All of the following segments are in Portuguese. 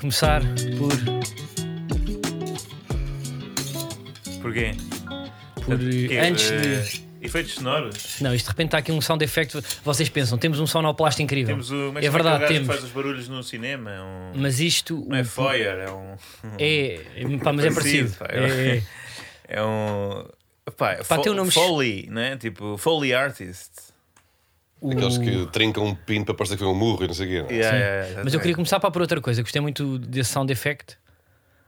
começar por. Porquê? por Porquê? antes de. Eh, Efeitos sonoros. Não, isto de repente está aqui um sound effect. Vocês pensam, temos um sonoplasta incrível. Temos o. Como é, que é se chama verdade, aquele gajo que temos. Hum. faz os barulhos no cinema. É um- Mas isto. Não é o- Foyer, é um. é, pá, mas é parecido. Parecido, pá, eu- É, é. É um. Pá, Pá, tem um nome- Foley, né? Tipo, Foley Artist. O- Aqueles que trincam um pino para parecer que foi um murro e não sei o quê. não é? Yeah, yeah, yeah, Mas eu exatamente. queria começar para por outra coisa. Gostei muito desse sound effect.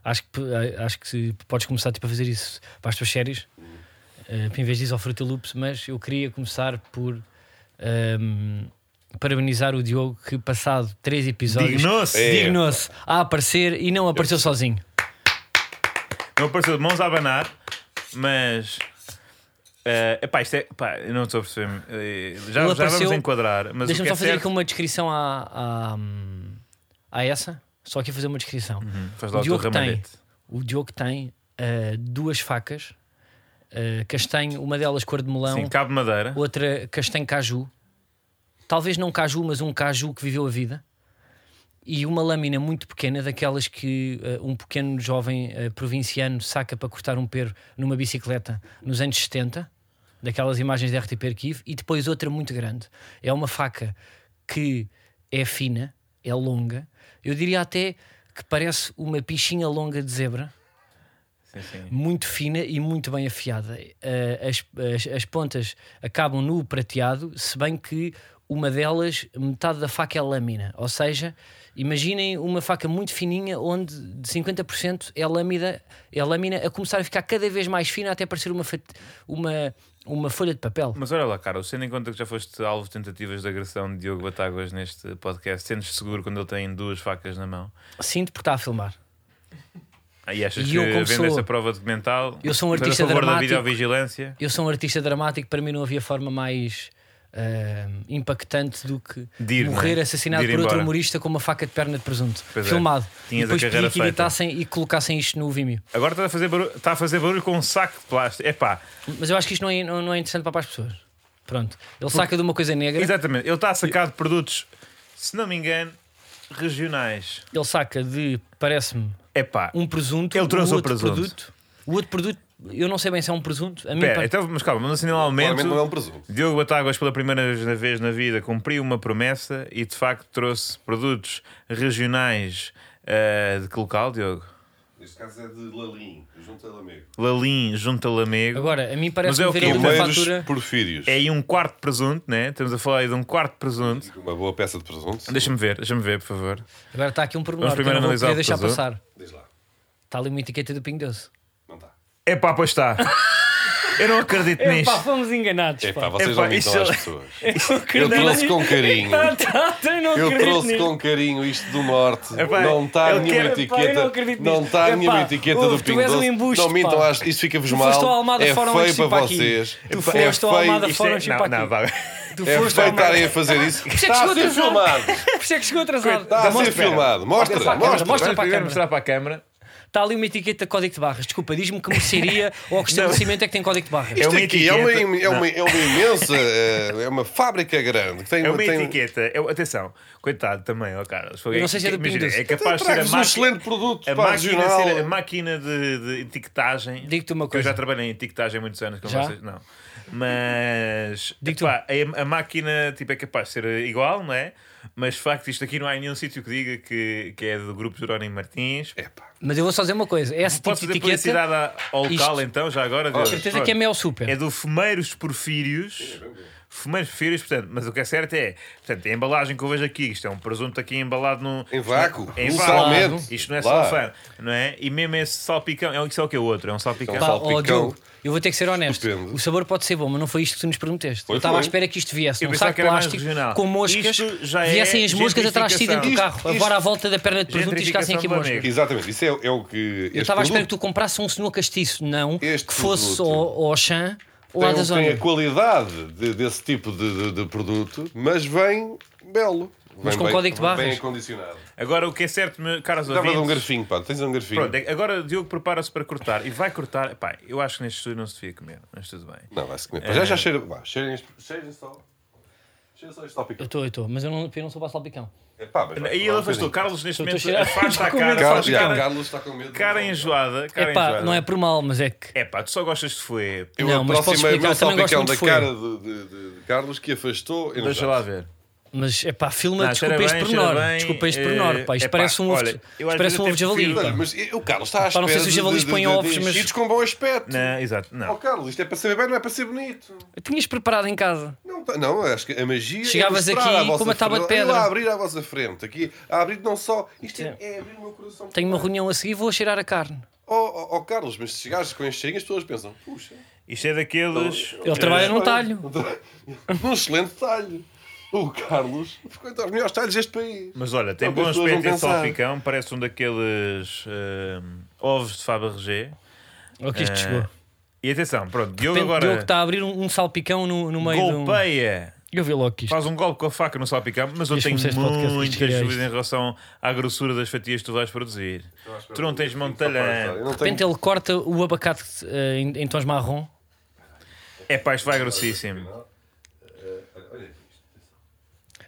Acho que, eh, acho que se- podes começar tipo, a fazer isso para as tuas séries. Eh, em vez disso, ao Fruta Loops. Mas eu queria começar por ehm, parabenizar o Diogo que, passado três episódios, Dignou-se. É. dignou-se a aparecer e não apareceu sozinho. Não apareceu de mãos a abanar, mas. eh, epá, isto é. Pá, eu não estou a perceber. eh, já, Ele já apareceu- vamos enquadrar. Mas o Deixa-me que só é fazer aqui certo... uma descrição à, à, à essa. Só aqui fazer uma descrição. Faz Uhum. lá O o teu um Diogo tem. ramalhete. O Diogo tem ah, duas facas, ah, castanho, uma delas cor de melão, Sim, cabo de madeira. outra castanho caju. Talvez não caju, mas um caju que viveu a vida. E uma lâmina muito pequena, daquelas que ah, um pequeno jovem ah, provinciano saca para cortar um perro numa bicicleta nos anos 70, daquelas imagens de RTP Arquivo, e depois outra muito grande. É uma faca que é fina, é longa, eu diria até que parece uma pichinha longa de zebra Sim, sim. muito fina e muito bem afiada. Eh, as, as, as pontas acabam no prateado, se bem que uma delas, metade da faca é lâmina. Ou seja, imaginem uma faca muito fininha, onde de 50% é lâmina, é lâmina a começar a ficar cada vez mais fina até parecer uma, fat- uma, uma folha de papel. Mas olha lá, Carlos, tendo em conta que já foste alvo de tentativas de agressão de Diogo Batáguas neste podcast, sentes seguro quando ele tem duas facas na mão Sinto porque está a filmar. e achas E que eu, como vendo sou- essa prova documental, Eu sou um estás artista a favor dramático. da videovigilância, Eu sou um artista dramático, para mim não havia forma mais eh, impactante do que De ir, morrer né? assassinado De ir por outro embora. humorista com uma faca de perna de presunto. Pois é. filmado. e Tinhas a depois carreira pedi que feita. editassem e colocassem isto no Vimeo. agora está a fazer barulho, está a fazer barulho com um saco de plástico. Epá, Mas eu acho que isto não é, não, não é interessante para as pessoas. Pronto. Ele saca de uma coisa negra, exatamente, ele está a sacar de produtos, se não me engano, regionais. ele saca de, parece-me, Epá, um presunto. Ele trouxe o outro presunto. produto. O outro produto, eu não sei bem se é um presunto. A mim pera, pare- então, mas calma, mas Claramente não é sinal um presunto. Diogo Batáguas, pela primeira vez na vida, cumpriu uma promessa e de facto trouxe produtos regionais eh, de que local, Diogo? Neste caso é de Lalim, junto a Lamego. Lalim junto a Lamego. Agora, a mim Mas parece-me é o ver quê? ali uma Primeiros fatura. porfírios. É aí um quarto de presunto, né? Estamos a falar aí de um quarto de presunto. Uma boa peça de presunto. Deixa-me ver, deixa-me ver, por favor. Agora está aqui um pormenor que eu primeiro não vou analisar poder o deixar presunto. passar. Diz lá. Está ali uma etiqueta do Pingo Doce. Não tá. está. É pá, pois está. Eu não acredito nisto. Epá, fomos enganados. É pá, pá. vocês Epá, não isso imitam as é- um pessoas. Eu Eu acredito trouxe nisto. com carinho. Tá, tá, tá, eu não Eu acredito trouxe nisto. com carinho isto do norte. Epá, não está ele nenhuma quer- Epá, eu não etiqueta. acredito Não nisto. está nenhuma Epá, etiqueta ouve, do tu Pingo és um Doce. embuste, não mintam, pá. às- isto fica-vos Tu mal. foste ao Almada é Fórum feio Antipac para aqui. vocês. Tu é foste ao feio- Almada Isto é- Fórum Não, Chipaqui. não, vá. Tu É foste ao feio Almada. é estarem a fazer isso. que Está a chegou ser atrasado. filmado. Por isso é que chegou atrasado. Está a ser Mostra. filmado. Mostra Mostra, para a câmara, mostra. mostra para a Eu quero câmara. mostrar para a câmara. Está Tá ali uma etiqueta de código de barras. Desculpa, diz-me que mercearia ou que estabelecimento é que tem código de barras. É Isto uma aqui é uma, etiqueta. é, uma, é uma imensa, eh, é uma fábrica grande. Que tem, É uma tem, etiqueta. É- atenção, coitado também, ó Carlos. Foi- Eu não sei se é do imagina, Pingo Doce. é capaz de ser a Traz um máquina, excelente produto a pá, máquina, regional. ser- a máquina de, de etiquetagem. Digo-te uma Porque Eu coisa. já trabalhei em etiquetagem há muitos anos com Já? vocês. Não. Mas Digo-te epá, a, a máquina tipo, é capaz de ser igual, não é? Mas de facto, isto aqui não há nenhum sítio que diga que, que é do grupo Jerónimo Martins. Epá, Mas eu vou só dizer uma coisa. Essa tipo de Posso fazer É, tipo etiqueta, publicidade à- ao local Isto- então, já agora? Com com certeza Pronto. que é Mel Super. É do Fumeiros é Porfírios. Fumeiros Porfírios, portanto, mas o que é certo é, portanto, a embalagem que eu vejo aqui, isto é um presunto aqui embalado num. Em vácuo, Um em localmente. vácuo. Isto não é Lá. salfã, não é? E mesmo esse salpicão, é, isso é o que é outro, é um salpicão. Então, Pá, salpicão. ó, Diogo, eu vou ter que ser honesto. Estupendo. O sabor pode ser bom, mas não foi isto que tu nos prometeste. Foi, eu estava à foi. espera que isto viesse. Eu Um pensava saco que era mais plástico regional. com moscas. Isto já é viessem as moscas atrás de si dentro do gentrificação. carro. Agora à volta da perna de presunto e chegassem aqui Gentrificação da moscas. nega. exatamente, isso é, é o que. Eu estava à espera que tu comprasse um senhor castiço. Não, Este que fosse produto. ao ao Auchan ou à tem, um- tem Dazone. a qualidade de- desse tipo de, de- de produto, mas vem belo. Mas Vem com bem- código de barras. Bem acondicionado. Agora o que é certo, me- caros Estava de um ouvintes. garfinho, pá, tens um garfinho. Pronto, é- agora o Diogo prepara-se para cortar e vai cortar. Epá, eu acho que neste estúdio não se devia comer, é? mas tudo bem. Não, vai-se comer. Pá, Já, já cheira. Vá, cheirem este- cheirem só. Chega só este tópico. Eu estou, eu estou, mas eu não, eu não sou para salpicão. Epá, mas vai Aí falar ele um afastou. bocadinho. Carlos, neste Eu momento, estou cheio- afasta a estou com cara. medo. faz Carlos, yeah, cara, Carlos está com medo. de- cara enjoada. Cara Epá, enjoada. não é por mal, mas é que. É pá, tu só gostas de fuê. Eu Não, mas posso aproximei-me explicar, ao também gosto salpicão muito um da de foi. cara de, de- de- de Carlos que afastou. e não Deixa já. lá ver. Mas é pá, filma, Não, desculpa cheira este bem, pormenor. cheira bem, desculpa este eh, pormenor, pá. Isto epá, parece um ovo, olha, eu às parece vezes um ovo de até javali. prefiro- pá. Olha, mas e- o Carlos está à Pá, espera não sei se os javalis de, de, põem de, ovos, de mas- Né? vestidos com bom aspecto. Não, exato. Oh, Não. Carlos, isto é para saber bem, não é para ser bonito. Eu Tinhas preparado em casa. Não, tá- não, acho que a magia. Chegavas é mostrar aqui à vossa com uma tábua de frente- pedra. Olha lá, a abrir à vossa frente. Aqui, a abrir não só. Isto é, é abrir o meu coração. Tenho uma reunião a seguir, vou cheirar a carne. Oh, oh, oh, Carlos, mas se chegares com este cheirinho, as pessoas pensam: puxa. é Isto é daqueles. Ele trabalha Num num talho. Num Um excelente talho. O Carlos frequenta os melhores talhos deste país. Mas olha, tem Não, que as bom pessoas aspecto vão esse pensar. salpicão, parece um daqueles hum, ovos de Fabergé. Olha que isto Eh, chegou. Então E atenção, pronto, Diogo Depende agora Diogo está a abrir um, um salpicão no, no meio do. golpeia, Eu vi logo que isto. faz um golpe com a faca no salpicão, mas eu Devias tenho começar este podcast, muitas isto é isto. dúvidas em relação à grossura das fatias que tu vais produzir. Tu não tens mão de Eu talhante. não De repente tenho. ele corta o abacate eh, em, em tons marrom. É pá, isto vai grossíssimo.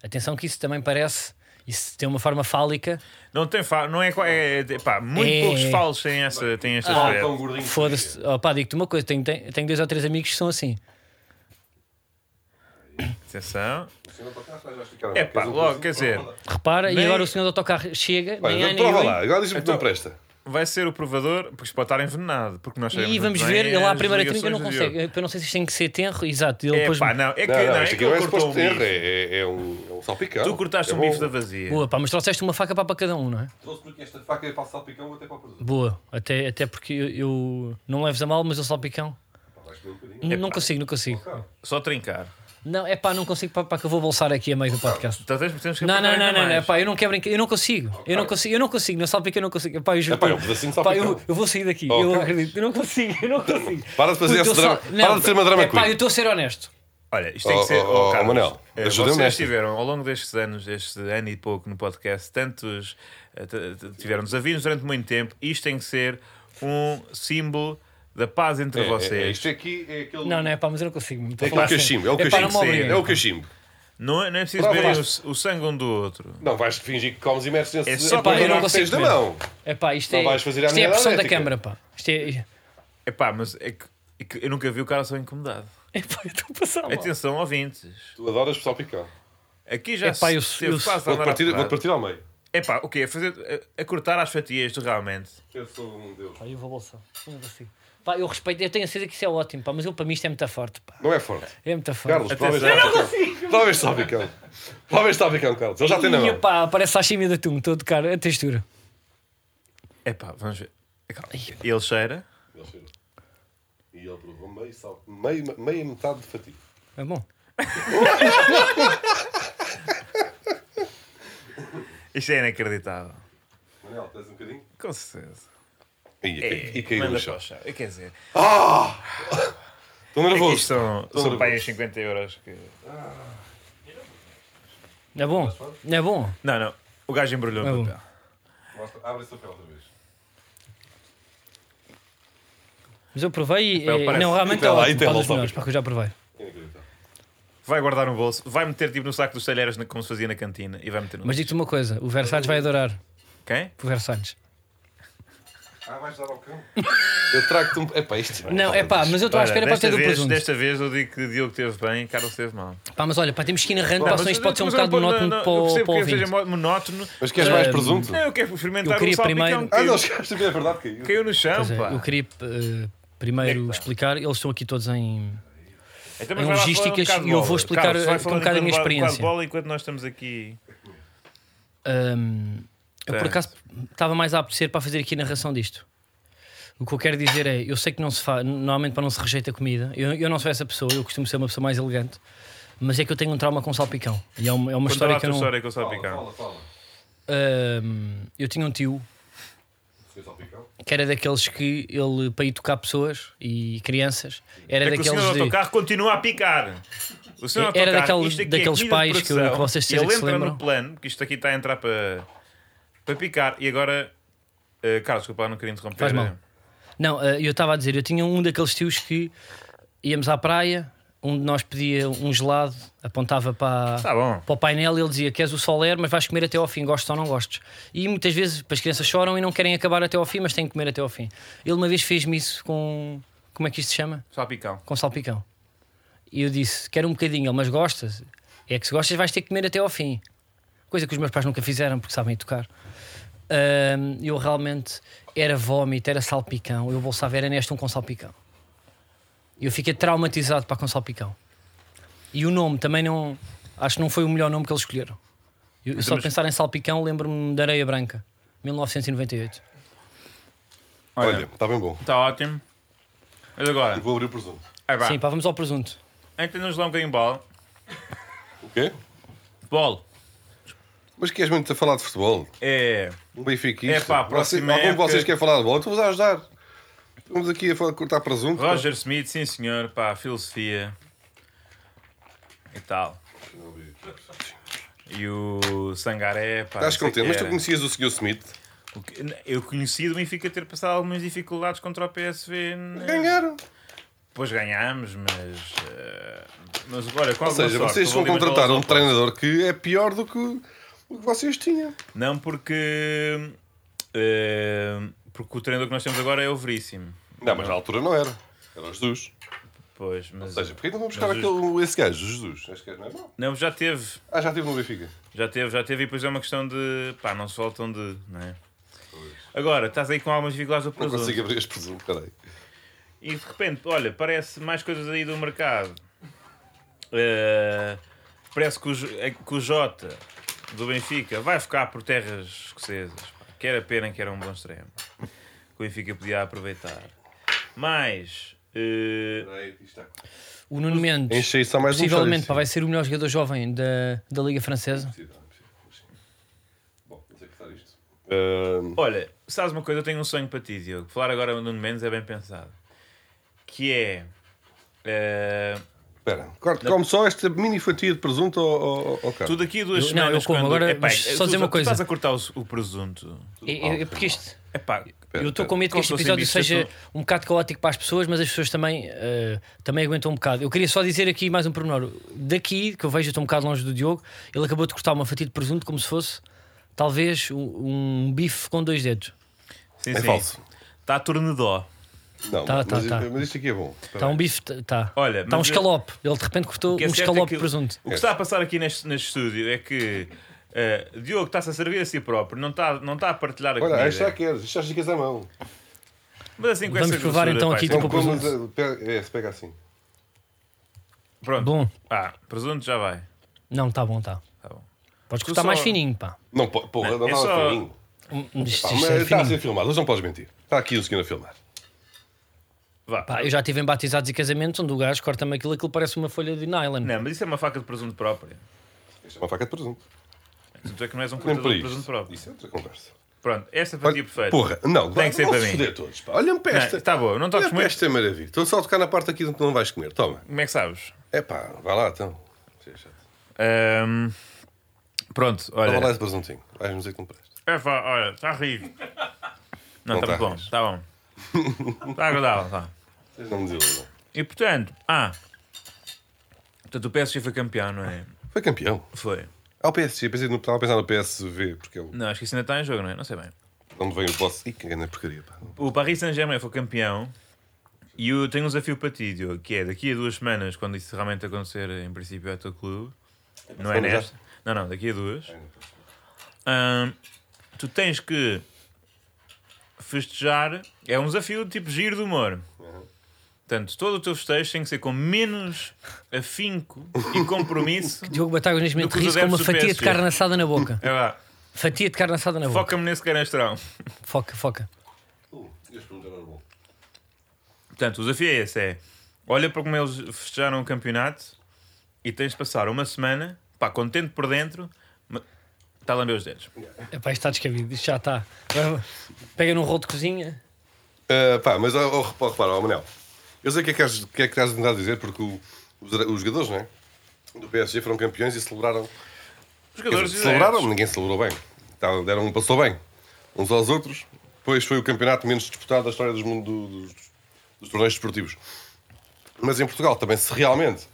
Atenção que isso também parece. Isso tem uma forma fálica. Não tem fa... não é, qua- é, é pá, muito É. poucos falos têm essa têm esta Ah, aspecto. tão gordinho. Foda-se. Oh, pá, digo-te uma coisa: tenho, tenho, tenho dois ou três amigos que são assim. Atenção. É É pá, logo, quer dizer, Repara, e Nem- agora o senhor do autocarro chega, nem há Olha, nem prova oi. lá, agora diz-me que Então. não presta. vai ser o provador, porque isto pode estar envenenado, porque nós sabemos E vamos é muito ver, bem ele lá à as primeira trinca não ligações do Diogo. consegue. Eu não sei se isto tem que ser tenro, exato. Ele É depois. pá, não, é que Não, não, não, é isto que aqui não ele é cortou suposto um ter, bife. é, é- é um, é um salpicão. Tu cortaste É um bife bom. da vazia. Boa, pá, mas trouxeste uma faca para cada um, não é? Trouxe porque esta faca é para o salpicão até para o produto. Boa, até, até porque eu, eu- não leves a mal, mas eu salpicão. é um N- Não consigo, não consigo. Só trincar. Não, é pá, não consigo, pá, pá, que eu vou bolsar aqui a meio do podcast. Então tens, temos que Não, não, apertar não, ainda não, não, mais. pá, eu não quero brincar, eu não consigo, eu não consigo, eu não consigo, não salpica, eu não consigo. Pá, eu juro, Epá, é um pedacinho de pá, eu, salpicão. eu vou sair daqui, Ok. eu acredito, eu não consigo, eu não consigo. Para de fazer Puto, esse eu drama- para de ser uma drama É pá, queen. eu estou a ser honesto. Olha, isto tem que Oh, ser. oh, oh, Carlos, Manel, eh, ajuda-me vocês nesta. tiveram, ao longo destes anos, este ano e pouco no podcast, tantos. eh, t- t- tiveram desafios durante muito tempo. Isto tem que ser um símbolo da paz entre É, vocês. é, isto aqui é aquele. Não, não, é pá, mas eu não consigo. É o cachimbo, é o pá, não me cachimbo. obriguem. É o cachimbo. Não, é- não é preciso Prova verem lá. o, o sangue um do outro. Não vais fingir que comes e metes nesse. É só Epá, para- não eu não tens consigo da mesmo. mão. É pá, isto Não é, vais fazer a isto é a minha pressão da analítica. câmara, pá. Isto é. Epá, mas é que, é que eu nunca vi o cara só incomodado. É pá, eu estou a passar mal. tipo- Atenção, ouvintes. Tu adoras salpicão. Aqui já Epá, eu- se eu- teve quase a Vou-te andar partir, a vou partir ao meio. Epá, o quê? A, fazer, a, a cortar as fatias, tu realmente. Eu sou um deus. Pá, eu vou bolsar. Eu não consigo. Pá, eu respeito, eu tenho a certeza que isso é ótimo, pá, mas eu para mim isto é muito forte, pá. Não é forte. É muito forte. Carlos, prova este Eu não salpicão. Prova este salpicão. Prova este salpicão, Carlos. Ele já tem na Ih, mão. pá, parece sashimi de atum, todo cara, a textura. Epá, vamos ver. Calma. Ele cheira. Ele cheirou. E ele provou meio sal, meio, meia metade de fatia. É bom. Isto é inacreditável. Manel, tens um bocadinho? Com certeza. É, E, e, e caiu manda no para chão. o chão. Eu Quer dizer, Estou nervoso. isto são, Estou são nervoso. pai uns 50 euros. Que... É bom. É bom. Não, não. O gajo embrulhou Não. no papel. Mostra- Abre esse papel outra vez. Mas eu provei e. Ele é- parece- Não, realmente Tem é lá, ótimo. tem Pá, lá o dos melhores, tópico. pá, que eu já provei. Inacreditável. Vai guardar no bolso, vai meter tipo no saco dos talheres, na- como se fazia na cantina, e vai meter no. Mas digo-te uma coisa: o Versalhes vai adorar. Quem? O Versalhes. Ah, vais dar ao cão? Eu trago-te um. Epá, isto. Não, é pá, mas eu estou à Olha, espera para desta ter do vez, presunto. Desta vez eu digo que Diogo esteve bem e Carlos esteve mal. Pá, mas olha, pá, temos que ir narrando, pá, Mas senão isto eu- pode ser um mas eu não bocado posso- monótono não, para Eu o percebo para o que seja ouvinte. mo- monótono. Mas queres mais presunto? Não, eu quero experimentar eu queria o salpicão primeiro- que Ah, caiu, não, chegaste a ver, é verdade, caiu. caiu no chão, Pois é, pá. É tá. eu queria eh, primeiro explicar, eles estão aqui todos em. Então, em mas vai lá falar logísticas bocado de e eu vou bola. explicar, Carlos, vai eh, falando um bocado a minha enquanto bola- experiência. enquanto bola enquanto nós estamos aqui. Hum, eu por Certo. acaso estava mais a apetecer para fazer aqui a narração disto. O que eu quero dizer é, eu sei que não se faz, normalmente para não se rejeita comida. Eu, eu não sou essa pessoa, eu costumo ser uma pessoa mais elegante, mas é que eu tenho um trauma com salpicão. E é uma, é uma Conta história lá que a tua eu não. história com o Fala, salpicão. fala, fala. Hum, eu tinha um tio Senhor Salpicão. que era daqueles que ele para ir tocar pessoas e crianças era É que o daqueles senhor do de- autocarro continua a picar. O senhor Era autocarro, daquele- isto aqui daqueles é comida de pais que- produção, que vocês Ele disseram que se entra lembram. no plano, que isto aqui está a entrar para, para picar. E agora, eh, Carlos, desculpa, lá, não queria interromper. ah, Faz mal. Não, eh, eu estava a dizer, eu tinha um daqueles tios que íamos à praia, um de nós pedia um gelado, apontava para, Tá bom. para o painel e ele dizia: Queres o Soler, mas vais comer até ao fim, gostes ou não gostes. E muitas vezes as crianças choram e não querem acabar até ao fim, mas têm que comer até ao fim. Ele uma vez fez-me isso com. Como é que isto se chama? Salpicão. Com salpicão. E eu disse: Quero um bocadinho, ele, mas gostas? É que se gostas, vais ter que comer até ao fim. Coisa que os meus pais nunca fizeram porque sabem tocar. Ahm, eu realmente era vómito, era salpicão. Eu bolsava era neste um com salpicão. Eu fiquei traumatizado para com salpicão. E o nome também não. Acho que não foi o melhor nome que eles escolheram. Eu, eu só Mas- pensar em salpicão, lembro-me da Areia Branca, 1998. Olha, Olha, está bem bom. está ótimo. Mas agora, Vou abrir o presunto. aí vá. Sim, pá, vamos ao presunto. Entenda-nos lá um bocadinho de bola. O quê? Bola. Mas queres muito a falar de futebol? É. Um Benfica É pá, a próxima Algum de época- vocês quer falar de bola? Estou-vos a ajudar. Estamos aqui a falar, cortar presunto. pá. Roger Smith, sim senhor, pá, filosofia e tal. E o Sangaré, pá. Estás não sei contente? que Mas tu era. conhecias o Sr. Smith? O que- Eu conheci do Benfica ter passado algumas dificuldades contra o PSV. né? Ganharam. Depois ganhámos, mas. eh, mas agora, com Ou seja, vocês vão contratar um treinador que é pior do que o que vocês tinham. Não, porque. eh, porque o treinador que nós temos agora é o Veríssimo. Não, mas na altura não era. Era o Jesus. Pois, mas. Ou seja, porquê não vão buscar Mas o- aquele, esse gajo, o Jesus? Este gajo não é mau. Não, já teve. Ah, já teve no Benfica. Já teve, já teve, e depois é uma questão de. pá, não se faltam de. não é? Agora, estás aí com algumas dificuldades do Não é. presunto. consigo abrir este presunto, peraí. E de repente, olha, parece mais coisas aí do mercado. Eh, parece que o, J- eh, que o Jota do Benfica vai ficar por terras escocesas. pá. Que era pena que era um bom extremo. Que o Benfica podia aproveitar. Mas. eh, O Nuno Mendes. Enche aí só mais um Possivelmente bocadinho. pá, vai ser o melhor jogador jovem da, da Liga Francesa. é Bom, vou ter que cortar isto. Ahm, Olha, sabes uma coisa? Eu tenho um sonho para ti, Diogo. Falar agora no Nuno Mendes é bem pensado. Que é. eh, Espera, corta, come só esta mini fatia de presunto ao, ao, ao carro. tudo aqui a duas Eu- não, semanas. eu como. quando- Agora, Epá, mas tu- só dizer uma tu coisa. Estás a cortar o, o presunto. É, é- é porque isto, Epá, eu estou com medo que este Oh, Como se fosse episódio imbecil, seja um bocado caótico para as pessoas, mas as pessoas também, eh, também aguentam um bocado. Eu queria só dizer aqui mais um pormenor. Daqui, que eu vejo, eu estou um bocado longe do Diogo, ele acabou de cortar uma fatia de presunto como se fosse talvez um, um bife com dois dedos. sim, É sim. falso. Está a tornedó. Não, Tá, mas, tá, tá. mas isto aqui é bom. Está um bife, está. Olha, está um mas eu- escalope. Ele de repente cortou O que é um certo é escalope que- de presunto. O que está a passar aqui neste, neste estúdio é que eh, Diogo está-se a servir a si próprio, não está, não está a partilhar a Olha, é- comida. isto já queres, isto já chicas à mão. Mas assim com Vamos essa provar grossura, então pá, é aqui, isto- tipo- Não, como- pega- é, se pega assim. Pronto. Bom. Ah, presunto já vai. Não, está bom, está. Tá bom. Podes Tu cortar só- mais fininho, pá. Não, po- porra, não É dá só- para mim. Hum, isto- isto Pá, mas é tá, Está a fininho. ser filmado, mas não podes mentir. Está aqui o senhor a filmar. Vá. Pá, eu já tive em batizados e casamentos onde o gajo corta-me aquilo, aquilo parece uma folha de nylon. Não, mas isso é uma faca de presunto própria. Isto é uma faca de presunto. Tu é que não és um Nem cortador para de presunto isto. próprio. Isso é outra conversa. Pronto, esta fatia perfeita. Porra, não, Tem que ser vão para se mim. foder todos. pá. Olha-me para esta. tá bom, não toques Olha-me para muito. esta maravilha. Estou só a tocar na parte aqui onde não vais comer. Toma. Como é que sabes? É pá, vai lá então. é Sim, chato. Ahm, Pronto, Toma lá olha. esse presuntinho. Vais-me dizer que não presta. É, pá, olha, está rico. Não, Não está tá bom, rico. está bom. Está agradável, está. Vocês não me dizem. E portanto, ah. Portanto, o PSG foi campeão, não é? Foi campeão. Foi. Ah, o PSG. Pensei, no- estava a pensar no PSV, porque é o- Não, acho que isso ainda está em jogo, não é? Não sei bem. onde vem o boss. Ih, que grande porcaria, pá. O Paris Saint-Germain foi campeão e eu tenho um desafio para ti, Diogo, que é daqui a duas semanas, quando isso realmente acontecer, em princípio, é o teu clube. Não é semana já? nesta? Não, não, daqui a duas. Ahm, tu tens que festejar. É um desafio tipo giro do humor. Portanto, todo o teu festejo tem que ser com menos afinco e compromisso. Diogo Batagas neste momento Do que os ri com uma adeptos do fatia de PSG. carne assada na boca. É lá, Fatia de carne assada na boca. foca-me nesse canastrão. Foca, foca. Uh, Este pergunta é era bom. Portanto, o desafio é esse: é olha para como eles festejaram o campeonato e tens de passar uma semana, pá, contente por dentro, ma- está a lamber os dedos. Epá, isto está descabido, isto já está. Agora, Pega num rolo de cozinha. Ah, pá, mas oh, oh, repara, repara, oh, Manel. Eu sei o que é que, queres- o que, é que estás a tentar dizer, porque o- os, os jogadores, não é? Do PSG foram campeões e celebraram. Os Quer jogadores e dizer, os celebraram, adeptos. ninguém celebrou bem. Tá, Deram um passou bem. Uns aos outros. Depois foi o campeonato menos disputado da história dos, mundo- dos, dos torneios desportivos. Mas em Portugal também, se realmente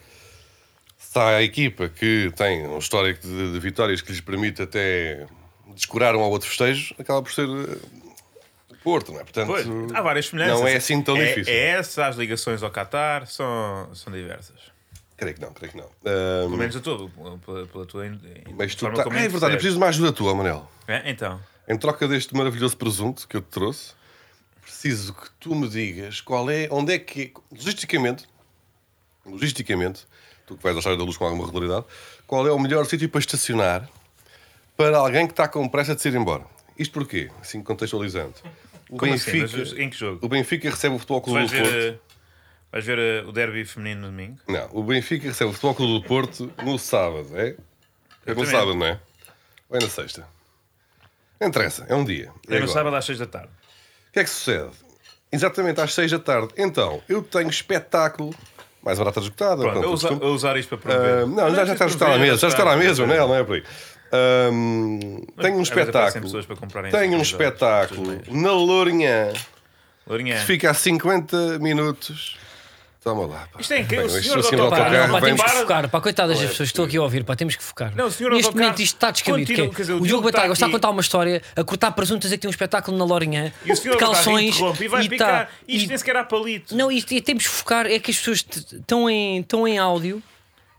está a equipa que tem um histórico de, de vitórias que lhes permite até descurar um ao outro festejo, acaba por ser eh, Porto, não é? Portanto, Pois, há várias semelhanças. Não é assim tão É- difícil. É essa, as ligações ao Qatar são, são diversas. Creio que não, creio que não. Ah, Pelo menos a tua, pela, pela tua. in- in- mas tu forma tá- como Ah, é verdade, interpretas. eu preciso de uma ajuda tua, Manel. É, então. Em troca deste maravilhoso presunto que eu te trouxe, preciso que tu me digas qual é, onde é que, logisticamente, logisticamente, tu que vais ao Estádio da Luz com alguma regularidade, qual é o melhor sítio para estacionar para alguém que está com pressa de se ir embora? Isto porquê? Assim contextualizando. O Como assim? Mas em que jogo? o Benfica recebe o Futebol Tu Clube vais do Porto. ver, eh, vais ver eh, o derby feminino no domingo? Não, o Benfica recebe o Futebol Clube do Porto no sábado, é? É no Exatamente. sábado, não é? Ou é na sexta? Não interessa, é um dia. É É no agora. sábado às 6 da tarde. O que é que sucede? Exatamente às 6 da tarde. Então, eu tenho espetáculo. Mais uma data esgotada. Pronto, pronto, eu usa- costume. eu usar isto para Ah, promover. não, já, já está a estar à mesa, já está à mesa, não é? Não é por aí. Ahm, tenho Às um vezes aparecem espetáculo. pessoas É. para comprarem Tenho um essas coisas. espetáculo na Lourinhã Lourinhã. que fica a 50 minutos. Toma lá. Pá. Isto é incrível. Bem, O isto senhor do assim no Pá, autocarro, não, pá, vem- temos que Para- focar. Pá, coitadas das pessoas que estou aqui a ouvir, pá, temos que focar. Não, o senhor Neste autocarro momento isto está descabido. continua, que é quer dizer, o o Diogo Diogo Bataga está está a aqui- contar uma história, a cortar presuntos, a dizer que tem um espetáculo na Lorinhã, E o senhor de calções. interrompe e vai e picar. tá- Isto é e- nem sequer há palito. Não, isto e temos que focar, é que as pessoas t- estão em, estão em áudio.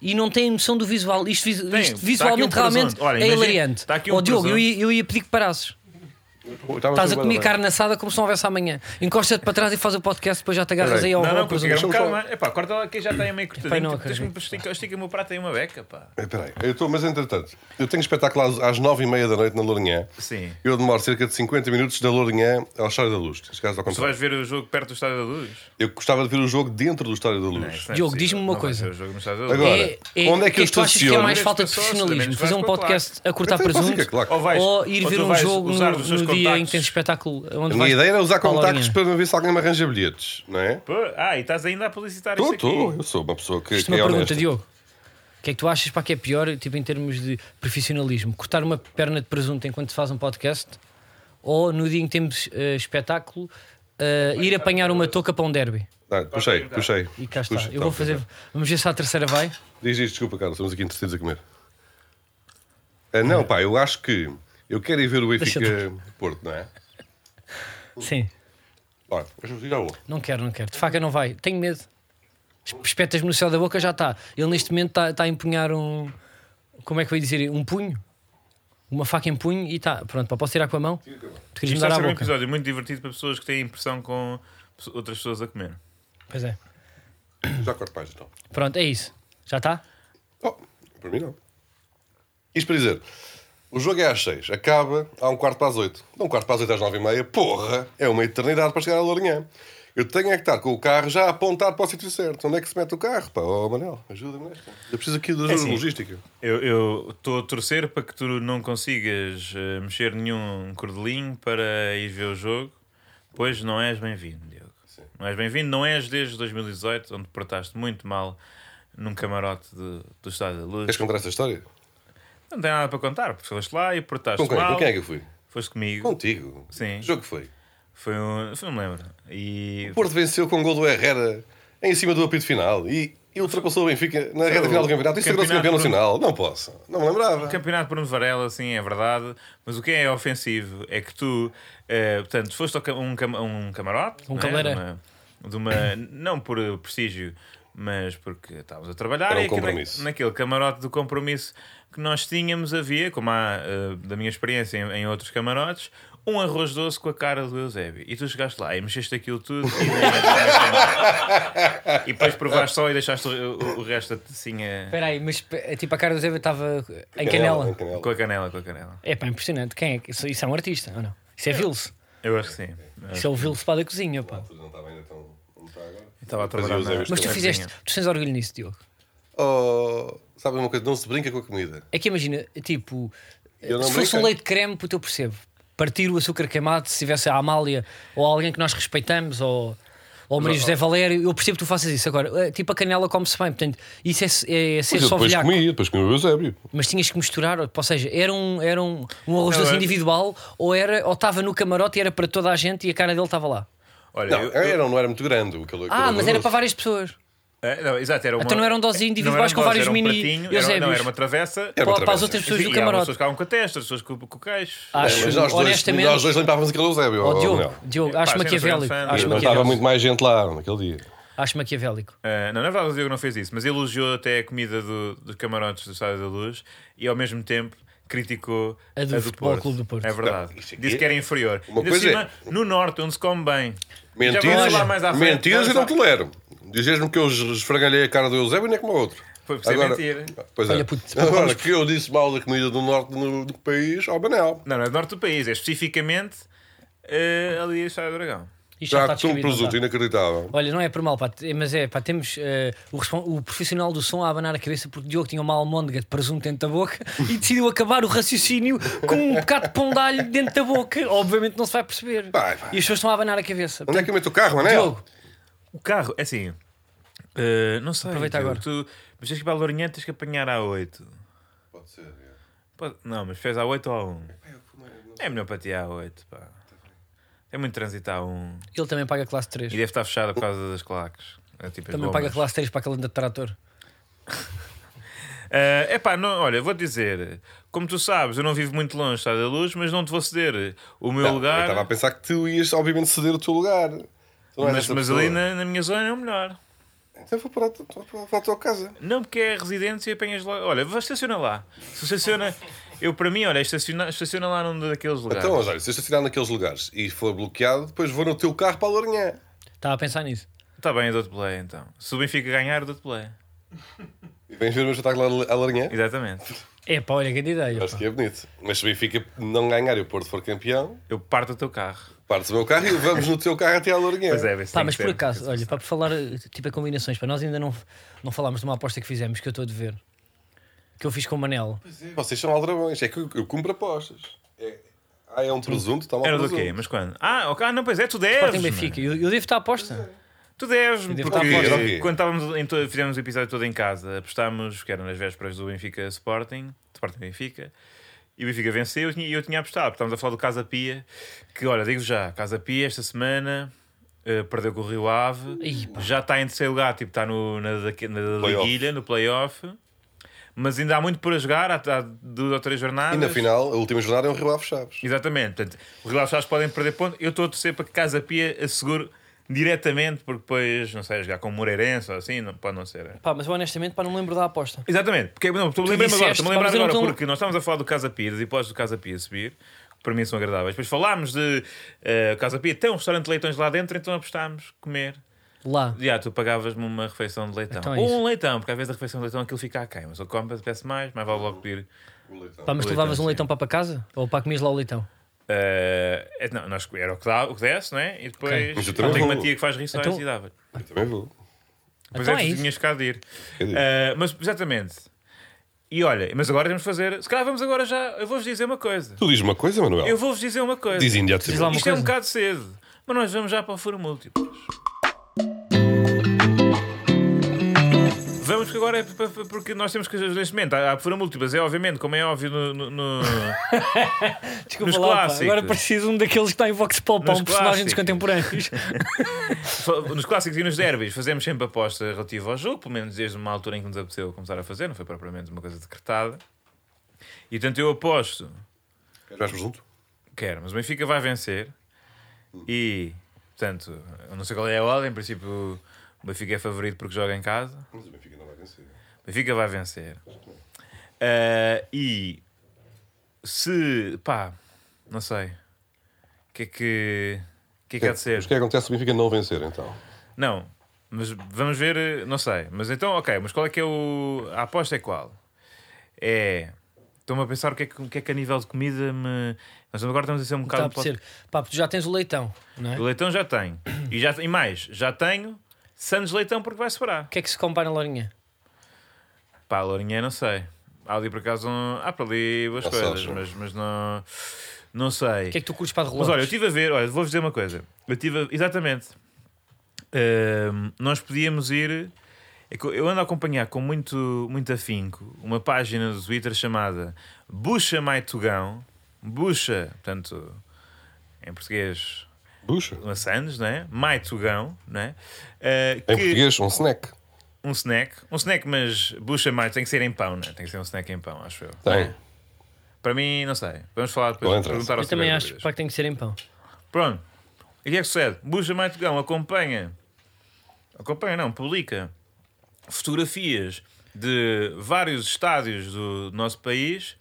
E não têm noção do visual. Isto, vis- Tem, isto está visualmente aqui um presunto. realmente Olha, é imagina- hilariante. está aqui um Ó, Diogo, eu, presunto. ia- eu ia pedir que parasses. Pô, estava Estás a tudo comer bem, carne assada como se não houvesse amanhã. Encosta-te para trás e faz o podcast, depois já te agarras Peraí. aí ao Não, ao não, porque presunto. era um bocado mais. Epá, corta lá que já está aí meio Epá, não cortadinho. Tens que me acredito. estica- Estica o meu prato aí uma beca, pá. Eh, Peraí, eu estou, mas entretanto, eu tenho espetáculo às, às 9h30 da noite na Lourinhã. Sim. Eu demoro cerca de 50 minutos da Lourinhã ao Estádio da Luz. Neste caso, ao Tu contrário. vais ver o jogo perto do Estádio da Luz? Eu gostava de ver o jogo dentro do Estádio da Luz. Não, isso não é Diogo, possível. diz-me uma Não vai coisa. ver o jogo no Estádio da Luz. Agora, onde é que eu tu achas que é estaciono? mais falta de Pessoas, profissionalismo? também Fazer um vais para o podcast a cortar Até posso presuntos ficar, é claro. Ou vais- ou ir ou ver tu um vais jogo usar no, os seus no dia em contactos. que tem espetáculo? Onde A minha vais- ideia era usar Paulo contactos Arinha. para ver se alguém me arranja bilhetes, não é? Pô, Ah, e estás ainda a publicitar Estou, isso aqui. estou. Eu sou uma pessoa que, Isto que é é uma honesta. pergunta, Diogo. O que é que tu achas para que é pior, tipo, em termos de profissionalismo? Cortar uma perna de presunto enquanto se faz um podcast? Ou no dia em que temos eh, espetáculo, eh, ir apanhar uma touca para um derby? Ah, puxei, puxei. E cá está. Puxa, Eu tá, vou tá, fazer. tá. Vamos ver se a terceira vai. Diz isto, desculpa, Carlos, estamos aqui interessados a comer. Ah, não, pá, eu acho que eu quero ir ver o Deixa Benfica Porto, não é? Sim. Olha, mas já vou. Não quero, não quero. De faca não vai. Tenho medo. Es- Espetas-me no céu da boca, já está. Ele neste momento está está a empunhar um. Como é que eu ia dizer? Um punho? Uma faca em punho e está. Pronto, pá, posso tirar com a mão? Tu querias me Isto dar vai à ser um boca. episódio muito divertido para pessoas que têm impressão com pe- outras pessoas a comer. Pois é. Já corto mais então. Pronto, é isso. Já está? Oh, para mim não. Isto para dizer, o jogo é às 6, acaba há um quarto para as 8. De um quarto para as 8 às 9 e meia, porra, é uma eternidade para chegar à Lourinhã. Eu tenho é que estar com o carro já apontado para o sítio certo. Onde é que se mete o carro? Pá, oh Manel, ajuda-me nesta. É Eu preciso aqui de ajuda assim. logística. Eu estou a torcer para que tu não consigas eh, mexer nenhum cordelinho para ir ver o jogo, pois não és bem-vindo, Diogo. Não és bem-vindo, não és desde 2018, onde portaste muito mal num camarote de- do Estádio da Luz. Queres contar essa história? Não tem nada para contar, porque foste lá e portaste Com quem? mal. Com quem é que eu fui? Foste comigo. Contigo. Sim. Que jogo que foi? Foi um. Foi, não me lembro. E. O Porto venceu com o gol do Herrera em cima do apito final e, e ultrapassou o Benfica na reta final do campeonato. Isso sagrou-se campeão campeonato nacional. Não posso. Não me lembrava. Campeonato Bruno Varela, sim, é verdade. Mas o que é ofensivo é que tu, eh, portanto, foste a um, cam um camarote, Um não é? cabaré. De uma, de uma- não por prestígio, mas porque estávamos a trabalhar Era um e aqui na- compromisso. naquele camarote do compromisso que nós tínhamos havia, como há eh, da minha experiência em, em outros camarotes, um arroz doce com a cara do Eusébio. E tu chegaste lá e mexeste aquilo tudo e, e depois provaste só e deixaste o, o- o resto assim a- Espera aí, mas é tipo a cara do Zé estava em em canela. Canela. com a canela, com a canela. É pá, impressionante. Quem é que. Isso, isso é um artista ou não? Isso é Vils. Eu acho que sim. Isso é o Vils para da cozinha, pá. Não tá estava ainda então, tão... Não está agora. Estava a trabalhar trabalhar Fazia os na- erros Mas tu Também fizeste. Tu tens orgulho nisso, Diogo. Oh, sabe uma coisa? Não se brinca com a comida. É que imagina, tipo, Eu não se fosse um brinco. leite creme, puto, eu percebo. Partir o açúcar queimado, se tivesse a Amália ou alguém que nós respeitamos, ou, ou o Maria José Valério, eu percebo que tu faças isso. Agora, eh, tipo, a canela come-se bem, portanto, isso é, é, é ser Mas eu só depois velhaco. comi, depois comi o Eusébio. Mas tinhas que misturar, ou seja, era um, era um, um arroz Não, doce é- individual, ou era ou estava no camarote e era para toda a gente e a cara dele estava lá. Olha, Não, eu, era, não era muito grande. O que ele- Ah, aquele mas era doce. para várias pessoas. É, não, exato, era uma, Então não eram doses individuais com doses, vários era um mini- pratinho, Eusébios. era, não, era uma travessa. Era uma para, para as travessa. outras pessoas e do há pessoas que um camarote. Ah. ficavam com a testa, as pessoas com, com o queixo. Acho, É, Mas nós dois, honestamente. nós dois limpávamos aquele Eusébio. Oh, ou Diogo, não? Diogo, Epá, acho sempre maquiavélico. grande fã, Acho Diogo. Não estava maquiavélico. muito mais gente lá naquele dia. Acho maquiavélico. Ah, não, na verdade o Diogo não fez isso, mas elogiou até a comida do, dos camarotes do Estádio da Luz e ao mesmo tempo criticou A do Futebol Clube do Porto. É verdade. Não, isto aqui Disse que era inferior. Uma Ainda coisa é- cima, No norte, onde se come bem. Já vamos Mentiras, falar mais à frente. mentiras eu não Vamos lá. tolero. Dizes-me que eu esfragalhei a cara do Eusébio e nem é como o outro. Foi por ser mentira. Pois é. Olha, puto, Agora que eu disse mal da comida do norte no- do país, ao Banel. Não, não é do norte do país, é especificamente eh, ali a Estádio do Dragão. Isto já Já está que um descrito. presunto inacreditável. Olha, não é por mal, pá, te- mas é, pá, temos eh, o, respon- o profissional do som a abanar a cabeça porque Diogo tinha uma almôndega de presunto dentro da boca e decidiu acabar o raciocínio com um bocado de pão de alho dentro da boca. Obviamente não se vai perceber. Vai, vai. E as pessoas estão a abanar a cabeça. Onde é que eu meto o carro, Manel? Diogo, O carro, é assim. eh, não sei. Aproveita Diogo, agora. Tu, mas tens que ir para a Lourinhã, tens que apanhar à 8. Pode ser. é. Pode- Não, mas fez à 8 ou à 1? É melhor para ti à 8, Tá pá. Tem muito trânsito à 1. ele também paga classe E 3. deve estar fechado por causa das claques. É tipo as Também bombas. paga classe 3 para aquela onda de trator. Ah, epá, não, olha, vou dizer, como tu sabes, eu não vivo muito longe, está da luz, mas não te vou ceder o meu Não, Eu lugar. estava a pensar que tu ias, obviamente, ceder o teu lugar. Tu não és Mas, essa mas pessoa. ali na, na minha zona é o melhor. Então vou para a, tua- para a- para a tua casa. Não, porque é residência e apanhas lá. Olha, vou estacionar lá. Se estaciona, eu para mim, olha, estaciona, estaciona lá num daqueles lugares. Então, Rogério, se eu estacionar naqueles lugares e for bloqueado, depois vou no teu carro para a Lourinhã. Estava Tá a pensar nisso. Está bem, eu dou-te play então. Se o Benfica ganhar, eu dou-te play. E vens ver o meu espetáculo à Lourinhã? Exatamente. É pá, olha, grande ideia. Acho pá. que é bonito. Mas se o Benfica não ganhar e o Porto for campeão, Eu parto o teu carro. partes o meu carro e vamos no teu carro até à Lourinhã. Pois é, vê se Pá, tem mas que por ser. acaso, olha, para falar eh, tipo a combinações, para nós ainda não, não falámos de uma aposta que fizemos que eu estou a dever, que eu fiz com o Manel. Vocês são aldrabões. É que eu, eu cumpro apostas. É... Ah, é um presunto? Está lá um Era do presunto. quê? Mas quando? Ah, ok. Ah, não, pois é, tu deves. Sporting Benfica, eu, eu devo estar à aposta. Tu deves, Eu devo porque estar a apostar. quando estávamos em todo, fizemos o episódio todo em casa, apostámos, que era nas vésperas do Benfica Sporting, Sporting Benfica, e o Benfica venceu e eu tinha- eu tinha apostado. Estávamos a falar do Casa Pia, que olha, digo já, Casa Pia esta semana eh, perdeu com o Rio Ave, Ih, pá. já está em terceiro lugar, tipo, está no, na, daque- na Playoff. liguilha, no playoff, mas ainda há muito por a jogar, há, há duas ou três jornadas. E na final, a última jornada é um Rio Ave Chaves. Exatamente. Portanto, os relaxados podem perder ponto. Eu estou a torcer para que Casa Pia assegure diretamente, porque depois, não sei, jogar com o Moreirense ou assim, não, pode não ser. é? Pá, mas eu, honestamente, pá, não me lembro da aposta. Exatamente. Porque, não, estou- lembrei-me agora, disseste, estou-me a lembrar pá, mas eu não agora, estou- porque nós estávamos a falar do Casa Pia, das hipóteses do Casa Pia subir, que para mim são agradáveis. Depois falámos de eh, Casa Pia, tem um restaurante de leitões lá dentro, então apostámos comer. Lá. Já, tu pagavas-me uma refeição de leitão. Então é Ou isso. um leitão, porque às vezes a refeição de leitão aquilo fica aquém. Mas eu como, peço mais, mas vale logo pedir. Pá, mas tu O levavas leitão, um leitão para para casa? Ou para comias lá o leitão? Eh, é- não, nós, era o que, dá, o que desse, não é? E Ok. depois Mas eu não também tenho vou. uma tia que faz rissóis Então- e dava. Eu também vou. Pois Então é, é tu isso. tinhas cá de ir. Eu digo. Eh, mas exatamente. E olha, mas agora temos de fazer. Se calhar vamos agora já. Eu vou-vos dizer uma coisa. Tu dizes uma coisa, Manuel? Eu vou-vos dizer uma coisa. Diz Diz lá uma imediatamente. Isto é coisa. um bocado cedo, mas nós vamos já para o Foro Múltiplos. Vamos que agora é pa- pa- porque nós temos que neste momento. Há há Foro Múltiplas, é obviamente, como é óbvio no- no- no... Desculpa Nos lá, pá, clássicos. agora preciso um daqueles que está em Vox Pop, pá, Nos um personagem dos clássicos. Tá contemporâneos. Só- Nos clássicos e nos derbys fazemos sempre aposta relativa ao jogo, pelo menos desde uma altura em que nos apeteceu começar a fazer, não foi propriamente uma coisa decretada. E portanto eu aposto, Queres mais presunto? quero, mas o Benfica vai vencer. E portanto, eu não sei qual é a ordem, em princípio o Benfica é favorito porque joga em casa. Mas o Benfica não vai vencer. O Benfica vai vencer. Ah, e se pá, não sei. O que é que. O que é que há de ser? Mas o que é que acontece se o Benfica não vencer, então? Não, mas vamos ver, eh, não sei. Mas então, ok, mas qual é que é o. A aposta é qual? É. Estou-me a pensar o que, é que, o que é que a nível de comida me. Nós agora estamos a ser um Está Tá a bocado. apetecer. Pá, tu já tens o leitão, não é? O O leitão já tenho. E, já, e mais, já tenho Santos Leitão porque vai sobrar. que é que se come pá, na Lourinha? Pá, Lourinhã, não sei. Há ali por acaso um. Há para ali boas Ou coisas, seja. mas, mas não. Não sei. O que é que tu curtes para de Mas relógio? olha, eu estive a ver, olha, vou-vos dizer uma coisa. Eu estive a... Exatamente. Ahm, nós podíamos ir. é que Eu ando a acompanhar com muito, muito afinco uma página do Twitter chamada Bucha Maitugão. Bucha, portanto, em português, Bruxa. maçãs, não é? Maitugão, não é? Ah, Em que- português, um snack. um snack. Um snack, mas bucha mais. Tem que ser em pão, né? Tem que ser um snack em pão, acho eu. Tem. Para mim, não sei. Vamos falar Não depois. interessa. Perguntar ao Eu Eu também Silvério acho Rodrigues. pá, que tem que ser em pão. Pronto. E o que é que sucede? Buja Maitogão acompanha. Acompanha, não, publica fotografias de vários estádios do nosso país.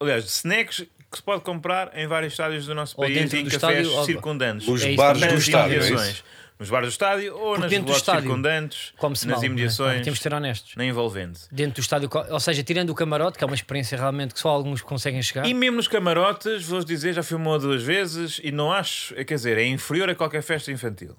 Aliás, snacks que se pode comprar em vários estádios do nosso Ou país dentro e em do cafés estádio, ou- circundantes. Nos É isso, bares também do nas os estádio, é imediações. isso? nos bares do estádio ou nas dentro do lotes estádio circundantes, Come-se mal. nas não é? imediações, Temos de ser honestos. na envolvente. Dentro do estádio, co- ou seja, tirando o camarote, que é uma experiência realmente que só alguns conseguem chegar. E mesmo nos camarotes, vou-vos dizer, já fui uma ou duas vezes e não acho, quer dizer, é inferior a qualquer festa infantil.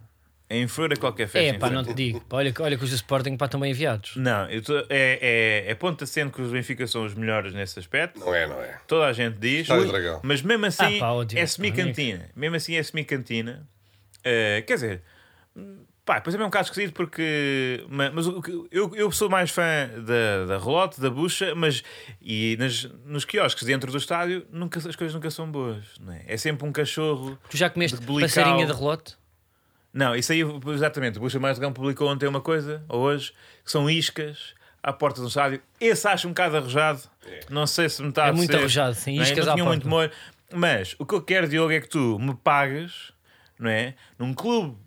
É inferior a qualquer festa É, pá, infantil. não te digo. Pá, Olha, que- olha que os do Sporting pá, estão bem enviados. Não, eu tô- é, é, é ponto acento que os Benfica são os melhores nesse aspecto. Não é, não é. Toda a gente diz. Estádio Dragão. Mas mesmo assim Ah, pá, ótimo. é semi-cantina. Mesmo assim é semi-cantina. Eh, quer dizer, pá, depois também é um caso esquisito porque. ma- Mas, o que- eu, eu sou mais fã da, da Relote, da Bucha, mas. E nas- nos quiosques dentro do estádio nunca, as coisas nunca são boas. Não é? é sempre um cachorro. Tu já comeste De bulical. passarinha de relote? Não, isso aí, exatamente. O Buxa Mais Dragão publicou ontem uma coisa, ou hoje, que são iscas à porta do estádio. Esse acho um bocado arrojado. Não sei se me está É a muito ser, arrojado, sim. não é? Iscas não à tinha muito porta. humor. Mas o que eu quero, Diogo, é que tu me pagues, não é? Num clube,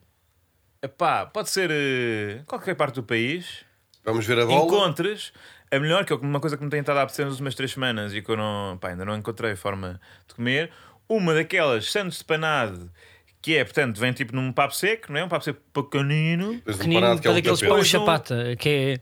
epá, pode ser eh, qualquer parte do país, Vamos ver a bola. encontres a melhor, que é uma coisa que me tem estado a apetecer nas últimas três semanas e que eu não, pá, ainda não encontrei forma de comer, uma daquelas sandes de panado que é, portanto, vem tipo num papo seco, não é? Um papo seco pequenino. Depois um Pequenino, parado que é para um daqueles tapete. pão Pois não- chapata, que é.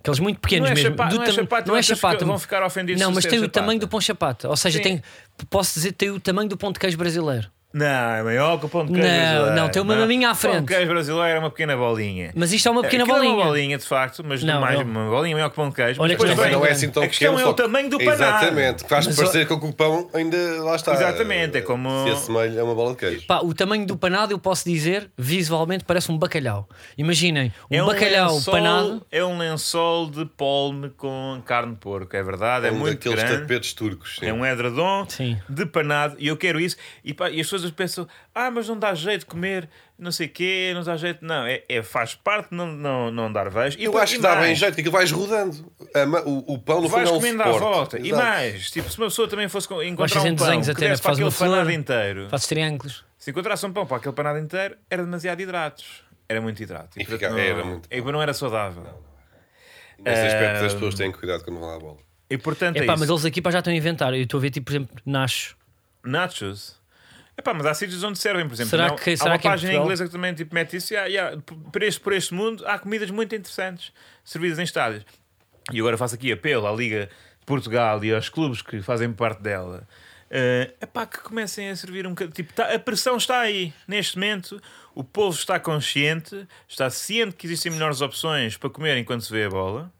Aqueles muito pequenos não é mesmo. chapa- Do não é tam- chapata, não é mas acho que chapata. vão ficar ofendidos Não, se mas disser tem o chapata. tamanho do pão chapata. Ou seja, Sim. tem, posso dizer, tem o tamanho do pão de queijo brasileiro. Não, é maior que o pão de queijo Não, brasileiro. não, tem uma maminha à O pão frente. de queijo brasileiro é uma pequena bolinha. Mas isto é uma pequena Aquilo É uma bolinha. bolinha, de facto, mas Não, mais não. uma bolinha maior que o pão de queijo. Olha Mas que depois não Mas bem não é grande. assim tão A questão pequeno, é o só que- tamanho do panado. Exatamente. Faz Mas parecer que o pão ainda lá está. Exatamente, é como- Se assemelha a uma bola de queijo. Pá, o tamanho do panado, eu posso dizer, visualmente parece um bacalhau. Imaginem, um É bacalhau lençol- panado. É um lençol de polme com carne de porco, é verdade, é, um muito daqueles grande. tapetes turcos. sim. É um edredom Sim. de panado e eu quero isso. E, pá, e as pessoas pensam: ah, mas não dá jeito de comer, não sei o quê, não dá jeito. Não, é, é- faz parte de não, não, não dar vejo. E Eu depois- acho e que dá mais, bem jeito, que aquilo vais rodando. A ma- O, o pão no Vais fundo é um comendo à suporte. volta. E Exato. mais, tipo, se uma pessoa também fosse com- Vais encontrar um fazendo pão desenhos que até, desse para faz aquele uma panado flor, inteiro, fazes triângulos. se encontrasse um pão para aquele panado inteiro, era demasiado hidratos. Era muito hidrato. E portanto, ficava- não, é, era muito e não era saudável. Nesse aspecto, as Ah, pessoas têm cuidado quando vão à bola. E portanto é, É pá, isso. mas eles aqui pá, já estão a inventar. Eu estou a ver, tipo, por exemplo, Nacho. Nachos. Epá, mas há sítios onde servem, por exemplo. Será não- que- há será uma que é em página Portugal? inglesa que também tipo, mete isso. e há- e há- por, este, por este mundo há comidas muito interessantes servidas em estádios. E agora faço aqui apelo à Liga de Portugal e aos clubes que fazem parte dela. Eh, epá, que comecem a servir um bocadinho. Tipo, tá- a pressão está aí. Neste momento, o povo está consciente, está ciente que existem melhores opções para comer enquanto se vê a bola.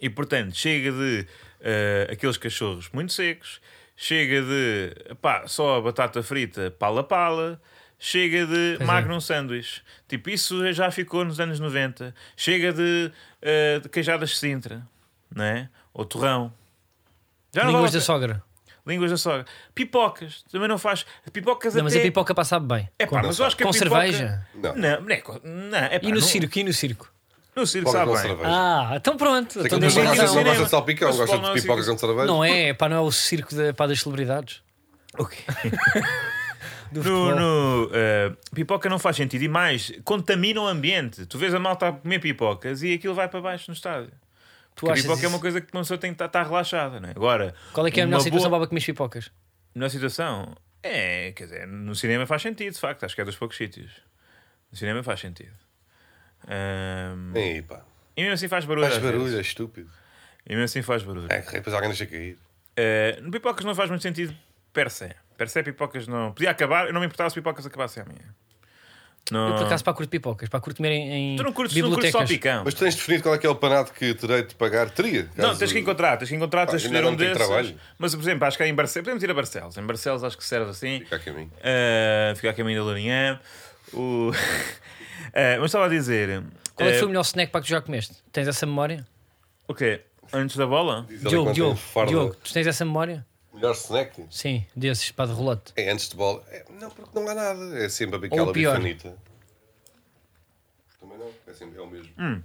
E portanto, chega de eh, aqueles cachorros muito secos, chega de pá, só a batata frita pala-pala, chega de Pois é. magnum sanduíche. Tipo, isso já ficou nos anos 90. Chega de, eh, de queijadas de Sintra, né? ou torrão. Já não Línguas da vale a pena. sogra. Línguas da sogra. Pipocas, também não faz. Pipocas Não, mas até... a pipoca pá, sabe bem. É pá, mas eu acho que a Com pipoca- cerveja? Não. Não, não, é co- não, é pá, E no não- circo, e no circo. No circo, Pipoca sabe com bem. cerveja. Ah, então pronto. Sei que Então Mas eu não assim, deixa que é que gosto- isso não. não é- gosto de salpicão, Mas gosto pão não de é pipoca assim- com cerveja. Não é, pá, não é o circo de, pá, das celebridades. O quê? No, no, eh, pipoca não faz sentido e mais, contamina o ambiente. Tu vês a malta a comer pipocas e aquilo vai para baixo no estádio. Tu Porque a achas pipoca é isso? uma coisa que uma pessoa tem que estar, estar relaxada. Não é? Agora, Qual é que é a uma melhor situação boa- para comer pipocas? melhor situação? É, quer dizer, no cinema faz sentido, de facto. Acho que é dos poucos sítios. No cinema faz sentido. Ahm, é. Ei, pá. e mesmo assim faz barulho. Faz às vezes. barulho, é estúpido. E mesmo assim faz barulho. É, que depois alguém deixa cair. Eh, no pipocas não faz muito sentido, per se. Per se, pipocas não. Podia acabar, eu não me importava se pipocas acabassem à minha. Não... Eu por acaso para curto pipocas, para curto comer em, em Ah. Tu não curtes, tu não curtes bibliotecas. só picão. Mas tens definido qual é que é o panado que terei de pagar? Teria. Não, caso- tens que encontrar, tens que encontrar, tens que ainda escolher não um tenho desses. trabalho. Mas, por exemplo, acho que há em Barcelos, podemos ir a Barcelos. Em Barcelos acho que serve assim. Fica a caminho. Ah, fica a caminho da Lourinhã. O... Ah, mas estava a dizer. Qual é que ah, foi o melhor snack para que tu já comeste? Tens essa memória? O quê? Antes da bola? Diz ali Diogo, quando tem Diogo, farda. Diogo, tu tens essa memória? Melhor snack? Sim, desses, pá, de rolote. É antes de bola. É, não, porque não há nada. É sempre Ou aquela o pior. bifanita. Também não. É sempre é o mesmo.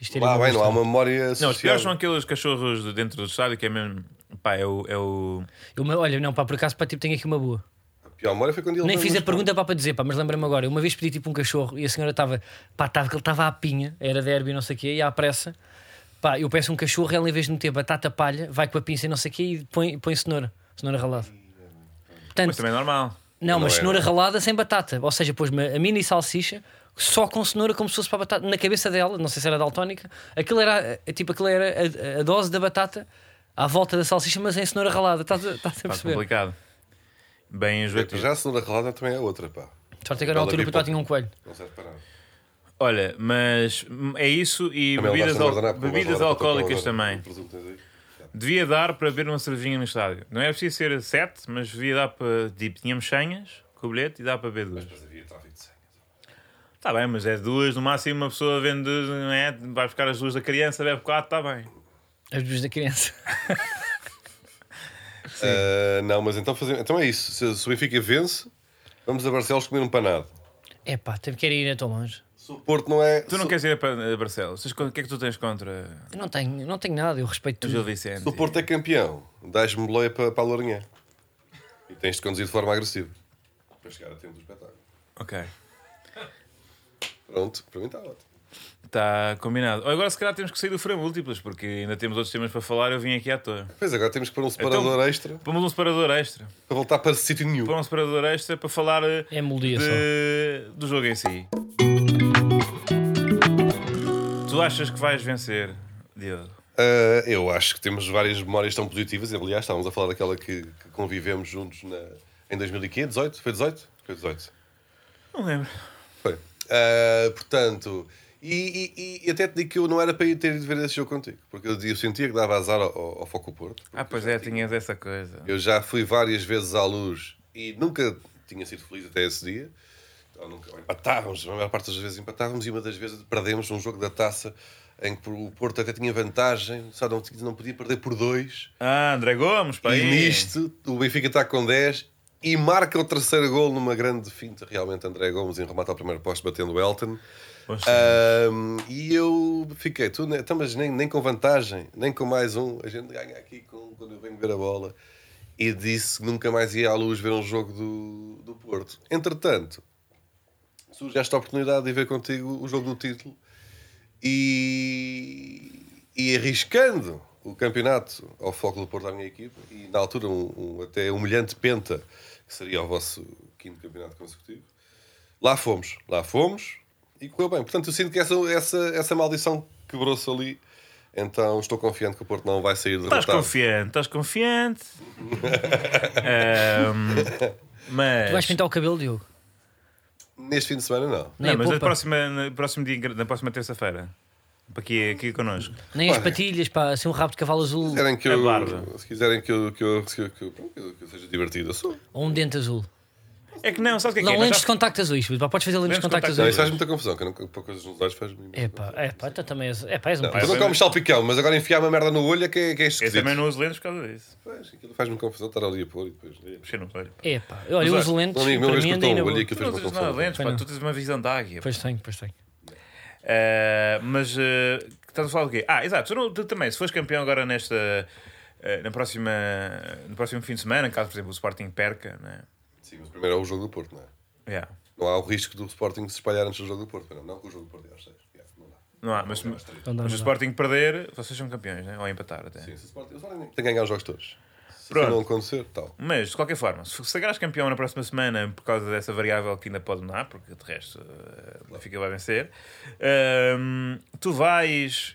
Isto era Lá uma bem, não há boa uma memória Não, os piores são social. aqueles cachorros de dentro do estádio que é mesmo. Pá, é o. É o... história. Eu, uma- olha, não, pá, por acaso, pá, tipo, tenho aqui uma boa. A pior memória foi quando ele Nem veio fiz a nos- pergunta pá, para dizer, pá, mas lembrei-me agora. Eu Uma vez pedi tipo um cachorro e a senhora estava, pá, estava, ele estava à pinha, era derby, não sei o quê, e à pressa, pá, eu peço um cachorro, ela em vez de meter batata palha, vai com a pinça e não sei o quê e põe, põe cenoura, cenoura ralada. Mas Portanto, também é normal. não, mas é, cenoura ralada sem batata, ou seja, pôs-me a mini salsicha só com cenoura como se fosse para a batata, na cabeça dela, não sei se era daltónica, aquilo era, eh, tipo, aquilo era a- a, a dose da batata à volta da salsicha, mas em cenoura ralada, estás a, estás a Pá, perceber? complicado. Bem Para enjoativo. Já a segunda relada também é outra, pá. Sorte que era na altura que eu tinha um coelho. Não serve para nada. Olha, mas hum, é isso e Também ele bebidas, dá-se um al- guardanapo, mas bebidas agora para alcoólicas tomar também. um presunto, tens aí. Devia dar para beber uma cervejinha no estádio. Não é preciso ser sete, mas devia dar para. Tipo, tínhamos senhas com o bilhete e dá para beber duas. Mas havia tráfico de sangue. Está bem, mas é duas, no máximo uma pessoa vende, não é? Vai buscar as duas da criança, bebe quatro, está bem. As duas da criança. Ah, não, mas então, fazemos... então é isso. Se, se o Benfica vence, vamos a Barcelos comer um panado. É pá, tem que ir a tão longe. Se o Porto não é. Tu não se... queres ir a Pa- a Barcelos? Tens con- O que é que tu tens contra Eu não tenho, não tenho nada, eu respeito o Gil tudo. Vicente? se o Porto é campeão, dás-me boleia para, para a Lourinhã. E tens de conduzir de forma agressiva. Para chegar a tempo do espetáculo. Ok. Pronto, para mim está ótimo. Está Tá combinado. Agora, se calhar, temos que sair do Fura Múltiplas, porque ainda temos outros temas para falar. Eu vim aqui à toa. Pois agora temos que pôr um separador Então- extra Pomos um separador extra. para voltar para sítio nenhum. Pôr um separador extra para falar eh, É melodia só. de- do jogo em si. Tu achas que vais vencer, Diogo? Ah, eu acho que temos várias memórias tão positivas. Aliás, estávamos a falar daquela que, que convivemos juntos na, em 2018. Foi 18? Foi 18. Não lembro. Foi. Ah, portanto, e, e- e até te digo que eu não era para ir ter ido ver esse jogo contigo, porque eu, eu sentia que dava azar ao, ao- ao Foco Porto. Ah, pois é, tinhas essa coisa. Eu já fui várias vezes à luz e nunca tinha sido feliz até esse dia. Então, nunca, empatávamos, a maior parte das vezes empatávamos e uma das vezes perdemos um jogo da taça em que o Porto até tinha vantagem, só não, não podia perder por dois. Ah, André Gomes, pá. E aí. nisto, o Benfica está com 10 e marca o terceiro gol numa grande finta. Realmente, André Gomes em remate ao primeiro posto, batendo o Elton. Poxa. Ahm, e eu fiquei, tu, né, então, mas nem, nem com vantagem, nem com mais um, a gente ganha aqui com, quando eu venho ver a bola. E disse que nunca mais ia à luz ver um jogo do, do Porto. Entretanto, surge esta oportunidade de ver contigo o jogo do título e, e arriscando o campeonato ao foco do Porto à minha equipa e na altura um, um até humilhante penta que seria o vosso quinto campeonato consecutivo lá fomos, lá fomos e correu bem, portanto eu sinto que essa, essa, essa maldição quebrou-se ali então estou confiante que o Porto não vai sair Estás derrotado confiante, estás confiante. Ahm, Tu vais mas. pintar o cabelo, Diogo? neste fim de semana não Nem Não, a mas na polpa? próxima, na, próximo dia, na próxima terça-feira. Para aqui, aqui connosco. Nem as Olha. patilhas, pá, assim um rabo de cavalo azul se quiserem que É eu, barba. se quiserem que eu, que eu, que eu, que eu- que eu- que eu seja divertido eu sou ou um dente azul. É que não, sabes o que é que Não, é? Nós lentes já- de contacto azuis, pá, podes fazer lentes de Lentes de contacto contacto Não, azuis. isso faz muita confusão, que eu não, para coisas nos olhos faz muita É pá, é pá, então também és, é pá, és um Tu puto. não comes salpicão, mas agora enfiar uma merda no olho é que é, que é Eu esquisito. também não uso lentes por causa disso. Pois, aquilo faz-me confusão estar ali a pôr e depois. Puxa, não olho. É pá, olha, eu uso lentes, Um amigo meu para vez mim é andei cortou um na olho e boa. aquilo Tu não é usas fez-me nada de confusão. lentes, pá, tu tens uma visão de águia. Pois tenho, pois tenho. Eh, mas eh, estás a falar do quê? Ah, exato. Tu, não- tu também, se fores campeão agora nesta. eh, na próxima, no próximo fim de semana, caso, por exemplo, o Sporting perca, né? Sim, mas primeiro é o jogo do Porto, não é? Yeah. Não há o risco do Sporting se espalhar antes do jogo do Porto. pois Não, não que o jogo do Porto é às seis. Yeah, não dá. Não há, mas, Não dá, mas não o dá. Sporting perder, vocês são campeões, né? ou empatar até. Sim, se o Sporting, o Sporting tem que ganhar os jogos todos. Se Pronto. não acontecer, tal. Mas, de qualquer forma, se sagrares campeão na próxima semana por causa dessa variável que ainda pode mudar, porque de resto eh, o Benfica vai vencer, ehm, tu vais.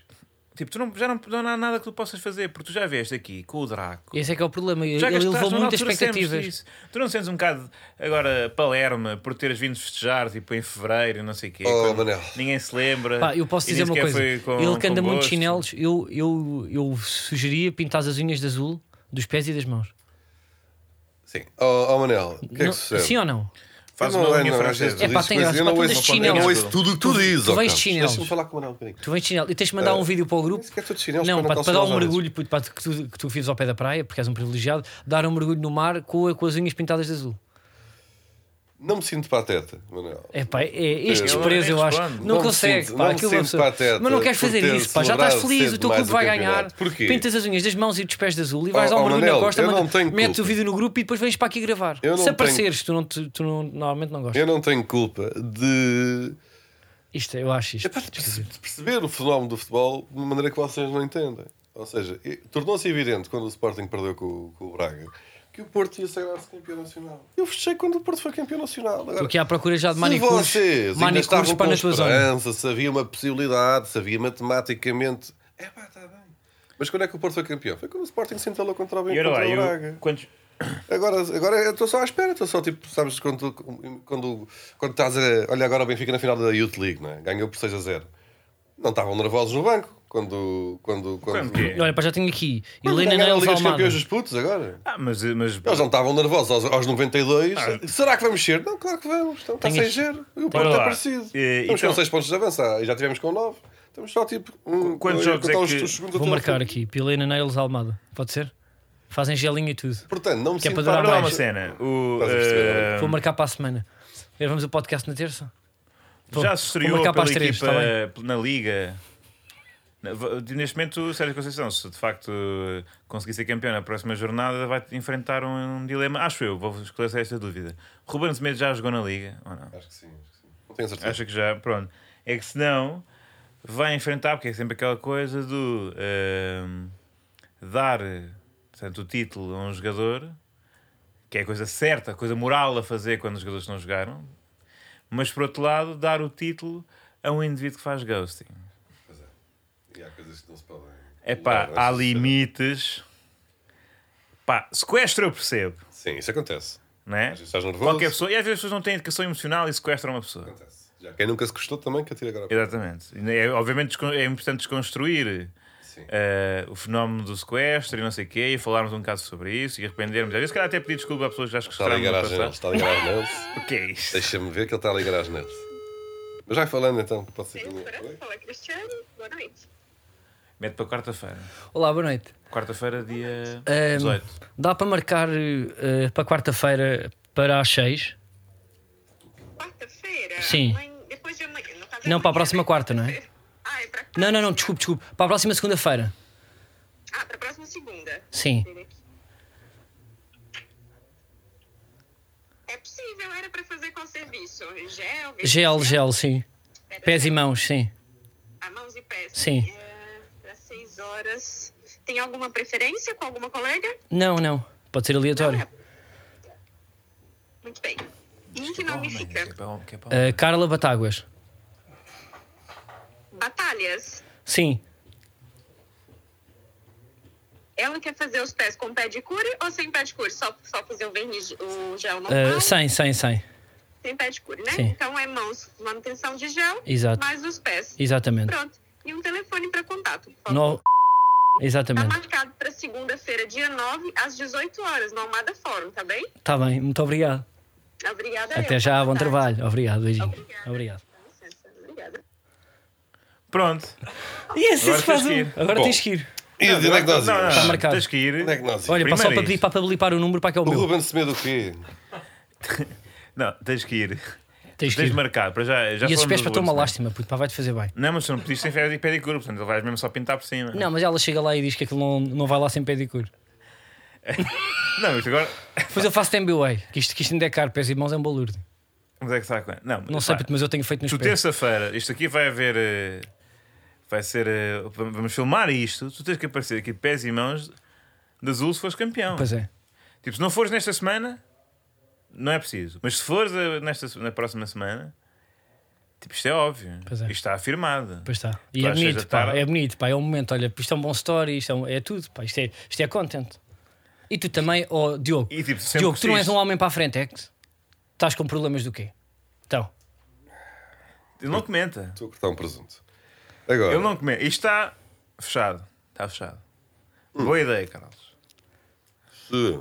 Tipo, tu não, já não, não há nada que tu possas fazer, porque tu já veste aqui com o Draco. Esse é que é o problema, ele Já gastaste, levou nós na muitas altura dissemos expectativas. isso. Tu não sentes um bocado agora Palerma por teres vindo festejar tipo em fevereiro e não sei o quê. Oh, quando Manel. Ninguém se lembra. Pá, eu posso e dizer nem é uma sequer coisa, foi com- ele que anda muito com de gosto. chinelos, eu, eu, eu sugeria pintar as unhas de azul dos pés e das mãos. Sim. Oh, oh Manel, o que é Não- que sucede? Sim ou não? Faz Eu uma não- unha não, às vezes francesa. É pá, dizes tem- coisas- mas eu não pá, tu ouço- andas de chinelos. Eu não ouço tudo o que tu dizes. tu vais de ó Carlos. chinelos. Deixa-me falar com o Manel um bocadinho. Tu vens de chinelo e tens de mandar um vídeo para o grupo. Eh, sequer estou de chinelos, não, para não pá, para, calçar dar os um olhos. mergulho puto, pá, que, tu, que tu vives ao pé da praia, porque és um privilegiado, dar um mergulho no mar com, com as unhas pintadas de azul. Não me sinto pateta, Manuel. É pá, é este Ele desprezo eu nem acho. responde. Não, Não me consegue, sinto- pá. não me aquilo sinto absurdo. pateta Mas não queres por fazer ter isso, pá. Já estás celebrado feliz, cedo o teu mais clube o vai ganhar. campeonato. Porquê? Pintas as unhas das mãos e dos pés das azul e vais Oh, ao oh, mergulho na Manel, costa, eu manda- não tenho metes o culpa. vídeo no grupo e depois vens para aqui gravar. Eu não Se tenho- apareceres, tu, não te- tu não- normalmente não gostas. Eu não tenho culpa de Isto, eu acho isto. É para perce- perceber o fenómeno do futebol de uma maneira que vocês não entendem. Ou seja, e- tornou-se evidente quando o Sporting perdeu com, o- com o Braga que o Porto ia sagrar-se campeão nacional. Eu fechei quando o Porto foi campeão nacional. Agora, Porque há procura já de se manicures, vocês ainda manicures estavam para com na tua zona. esperança, se havia uma possibilidade, se havia matematicamente... É pá, está bem. Mas quando é que o Porto foi campeão? Foi quando o Sporting se entalou contra o, E Ben- olha contra lá, o eu, Braga. quantos, Agora, agora eu estou só à espera, estou só tipo, sabes, quando, tu- quando, quando estás a. Olha, agora o Benfica na final da Youth League, não é? ganhou por 6 a 0. Não estavam nervosos no banco quando. Quando, Quando quê? Olha, pá, já tenho aqui. Quando Helena ganharam a Neles Liga dos Almada. Campeões dos Putos, agora. Ah, mas, mas Eles não estavam nervosos aos, aos 92. Ah. Será que vamos ser? Não, claro que vamos. Então, está Tenho 6 0. E o Olha Porto é lá. parecido. Eh, Estamos então- com 6 pontos de avanço ah, e já tivemos com 9. Estamos só tipo. Um, Quantos dois, jogos é contar os- que- os segundos Vou até ao marcar fim. aqui. Helena Neles Almada. Pode ser? Fazem gelinho e tudo. Portanto, não me Que é para sinto durar Olha lá mal. uma cena. O, Estás a perceber, eh, Vou marcar para a semana. Gravamos o podcast na terça? Vou- já se vou estreou marcar para pela as três, equipa está bem? eh, na Liga. Na- v- Neste momento, o Sérgio Conceição, se de facto eh, conseguir ser campeão na próxima jornada, vai enfrentar um, um dilema. Acho eu, vou esclarecer esta dúvida. Ruben Semedo já jogou na Liga ou não? Acho que sim, acho que sim. Não tenho certeza. Acho que já, pronto. É que se não, vai enfrentar, porque é sempre aquela coisa do ehm, dar portanto, o título a um jogador, que é a coisa certa, a coisa moral a fazer quando os jogadores não jogaram, mas por outro lado, dar o título a um indivíduo que faz ghosting. E há coisas que não se podem. É pá, tolerar, há acho que- limites. Pá, sequestro eu percebo, Sim, isso acontece. não é? Às vezes estás nervoso. Qualquer pessoa, e às vezes as pessoas não têm educação emocional e sequestram uma pessoa. Acontece. Já quem nunca se gostou também que atira agora. Exatamente. É, obviamente descon- é importante desconstruir Sim. eh, o fenómeno do sequestro e não sei o quê, e falarmos um caso sobre isso e arrependermos. Às vezes, se calhar, até pedir desculpa a pessoas que já Está a sequestraram ligar no às passado. neles, está a ligar às neles. O que é isto? Deixa-me ver que ele está a ligar às neles. Mas vai falando então, pode ser que eu- Segurança, fala Cristiano, boa noite. Mete para quarta-feira. Olá, boa noite. Quarta-feira, dia Ahm, 18. Dá para marcar eh, para quarta-feira para às seis? Quarta-feira? Sim. Amanhã- depois de amanhã, no caso é Não, para a amanhã, próxima né? quarta, não é? Ah, é para quarta. Não, não, não, desculpe, desculpe. Para a próxima segunda-feira. Ah, para a próxima segunda. Sim. É possível, era para fazer qual serviço? Gel? Gel, gel, sim. Espera, Pés e mãos, sim. Ah, mãos e pés. Sim. É, para seis horas. Tem alguma preferência com alguma colega? Não, não. Pode ser aleatório. Muito bem. E em que nome é fica? Eh, Carla Batáguas. Batalhas. Sim. Ela quer fazer os pés com pé de cure ou sem pé de cure? Só, só fazer o verniz, o gel normal? Eh, sem, sem, sem. Sem pé de cure, né? Sim. Então é mãos, manutenção de gel, Exato. mais os pés. Exatamente. Pronto. E um telefone para contato, por favor. No... Tá Exatamente. marcado para segunda-feira, dia 9, às 18 horas, no Almada Fórum, tá bem? Está bem, muito obrigado. Obrigada. Até eu. já, bom Boa tarde. trabalho. Obrigado, beijinho. Obrigada. Obrigado. Com licença, Obrigada. Pronto. E assim Agora se faz tens que um. ir. Agora Bom. tens que ir. E onde é que nós não, não, Está não. íamos? marcado. Tens que ir. Onde é que nós Olha, íamos? passou Primeiro para é pedir isso. para publicar o número para que é o O meu. Ruben Semedo o quê? Não, tens que ir. Tens que Tens ir. de marcar. Para já, já né? E esses falamos pés do para tu é uma Ruben. lástima, puto, pá, vai-te fazer bem. Não, mas tu não pediste sem férias e pedicure, portanto ele vai mesmo só pintar por cima. Não, mas ela chega lá e diz que aquilo não, não vai lá sem pedicure. Não, mas agora. Depois eu faço MBA, que isto, que isto ainda é caro, pés e mãos é um balurdo. Mas é que sabe quando? Não, Não mas sei, pá, puto, mas eu tenho feito nos Tu pés. terça-feira, isto aqui vai haver. eh, Vai ser. eh, Vamos filmar isto. Tu tens que aparecer aqui de pés e mãos de azul se fores campeão. Pois é. Tipo, se não fores nesta semana, não é preciso. Mas se fores eh, nesta, se- na próxima semana, tipo, isto é óbvio. Pois é. Isto está afirmado. Pois está. E Tu é às seis bonito, da pá, tarde. é bonito, pá, é um momento. Olha, isto é um bom story, isto é, um- é tudo, pá, isto é, isto é content. E tu também, oh, Diogo, E, tipo, sempre Diogo, tu não és curtiste. um homem para a frente, é que estás com problemas do quê? Então, Ele não comenta. Estou a cortar um presunto. Agora, Ele não comenta. Isto está fechado. Está fechado. Hum. Boa ideia, Carlos. se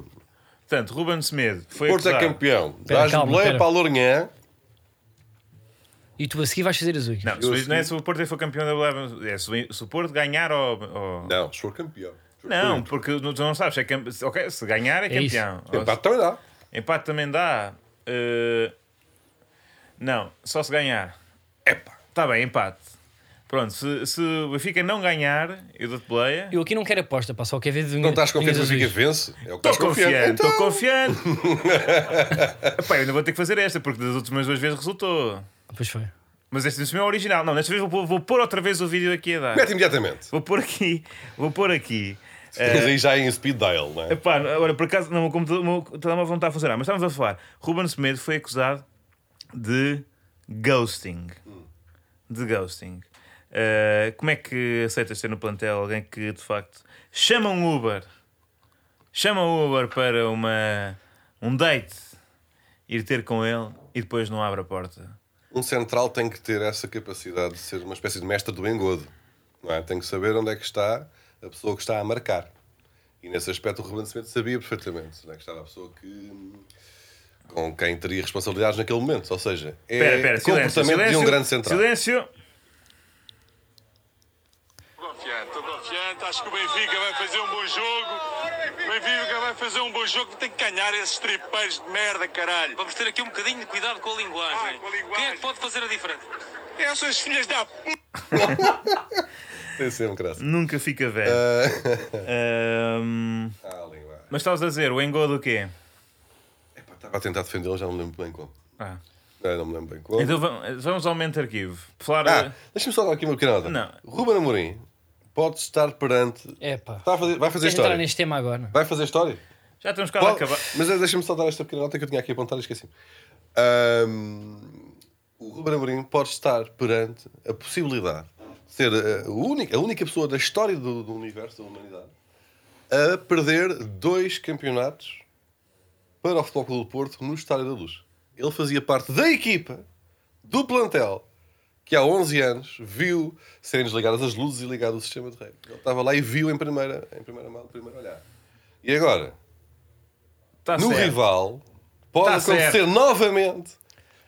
Portanto, Ruben Semedo foi Porto é acusado- campeão, Pera, dás calma, boleia pera. para a Lourinhã, e tu a seguir vais fazer as unhas. Não, se, Eu- não é se o Porto for campeão da Blá, é se, se o Porto ganhar ou. ou- não, se for campeão. Não, porque tu não sabes. se É campe... se- ok, se ganhar é, isso. campeão. Ou se- Empate também dá. Empate também dá. Eh, Não, só se ganhar. Epá. Está bem, empate. Pronto, se, se o Benfica não ganhar, eu dou-te boleia. Eu aqui não quero aposta, pá, só quero ver. Não estás confiante que o Benfica vence? É o que estás Estou confiante, confiante. Então, estou confiante. Epá, eu ainda vou ter que fazer esta, porque das últimas duas vezes resultou. Pois foi. Mas este não é o original. Não, desta vez vou, pôr- vou pôr outra vez o vídeo aqui a dar. Mete imediatamente. Vou pôr aqui, vou pôr aqui. Tens aí já em speed dial, não é? Epá, agora por acaso não, o computador- o meu telemóvel não está a funcionar, mas estamos a falar. Ruben Semedo foi acusado de ghosting. De ghosting. Uh, como é que aceitas ter no plantel alguém que de facto chama um Uber? Chama um Uber para uma, um date, ir ter com ele e depois não abre a porta. Um central tem que ter essa capacidade de ser uma espécie de mestre do engodo. Não é? Tem que saber onde é que está a pessoa que está a marcar. E nesse aspecto o Ruben Semedo sabia perfeitamente onde é que estava a pessoa que... com quem teria responsabilidades naquele momento. Ou seja, é Espera, espera, comportamento silêncio, silêncio, de um grande central. Silêncio. Tô confiante, tô confiante. Acho que o Benfica vai fazer um bom jogo. O Benfica vai fazer um bom jogo. Tem que ganhar esses tripeiros de merda, caralho. Vamos ter aqui um bocadinho de cuidado com a linguagem. Ah, com a linguagem. Quem é que pode fazer a diferença? Essas filhas da p... Tem sempre graça. Nunca fica velho. Ahm, Ah, linguagem. mas estavas a dizer, o engodo o quê? Epá, Estava a tentar defendê-lo, já não me lembro bem como. Ah. Não, não me lembro bem como. Então vamos, vamos ao momento arquivo. Falar. Ah, deixa-me só dar aqui uma pequena nota. Não. Ruben Amorim pode estar perante. É pá. Está a fazer- vai fazer Quero entrar história. neste tema agora. Vai fazer história? Já estamos quase a Pode... acabar. Mas eh, deixa-me só dar esta pequena nota que eu tinha aqui apontado e esqueci-me. Ahm, o Ruben Amorim pode estar perante a possibilidade de ser eh, o único- a única pessoa da história do, do universo, da humanidade, a perder dois campeonatos para o Futebol Clube do Porto no Estádio da Luz. Ele fazia parte da equipa do plantel que há 11 anos viu serem desligadas as luzes e ligado o sistema de rede. Ele estava lá e viu em primeira, em primeira mão, primeiro olhar. E agora, Tá no certo. rival, pode Tá acontecer certo. novamente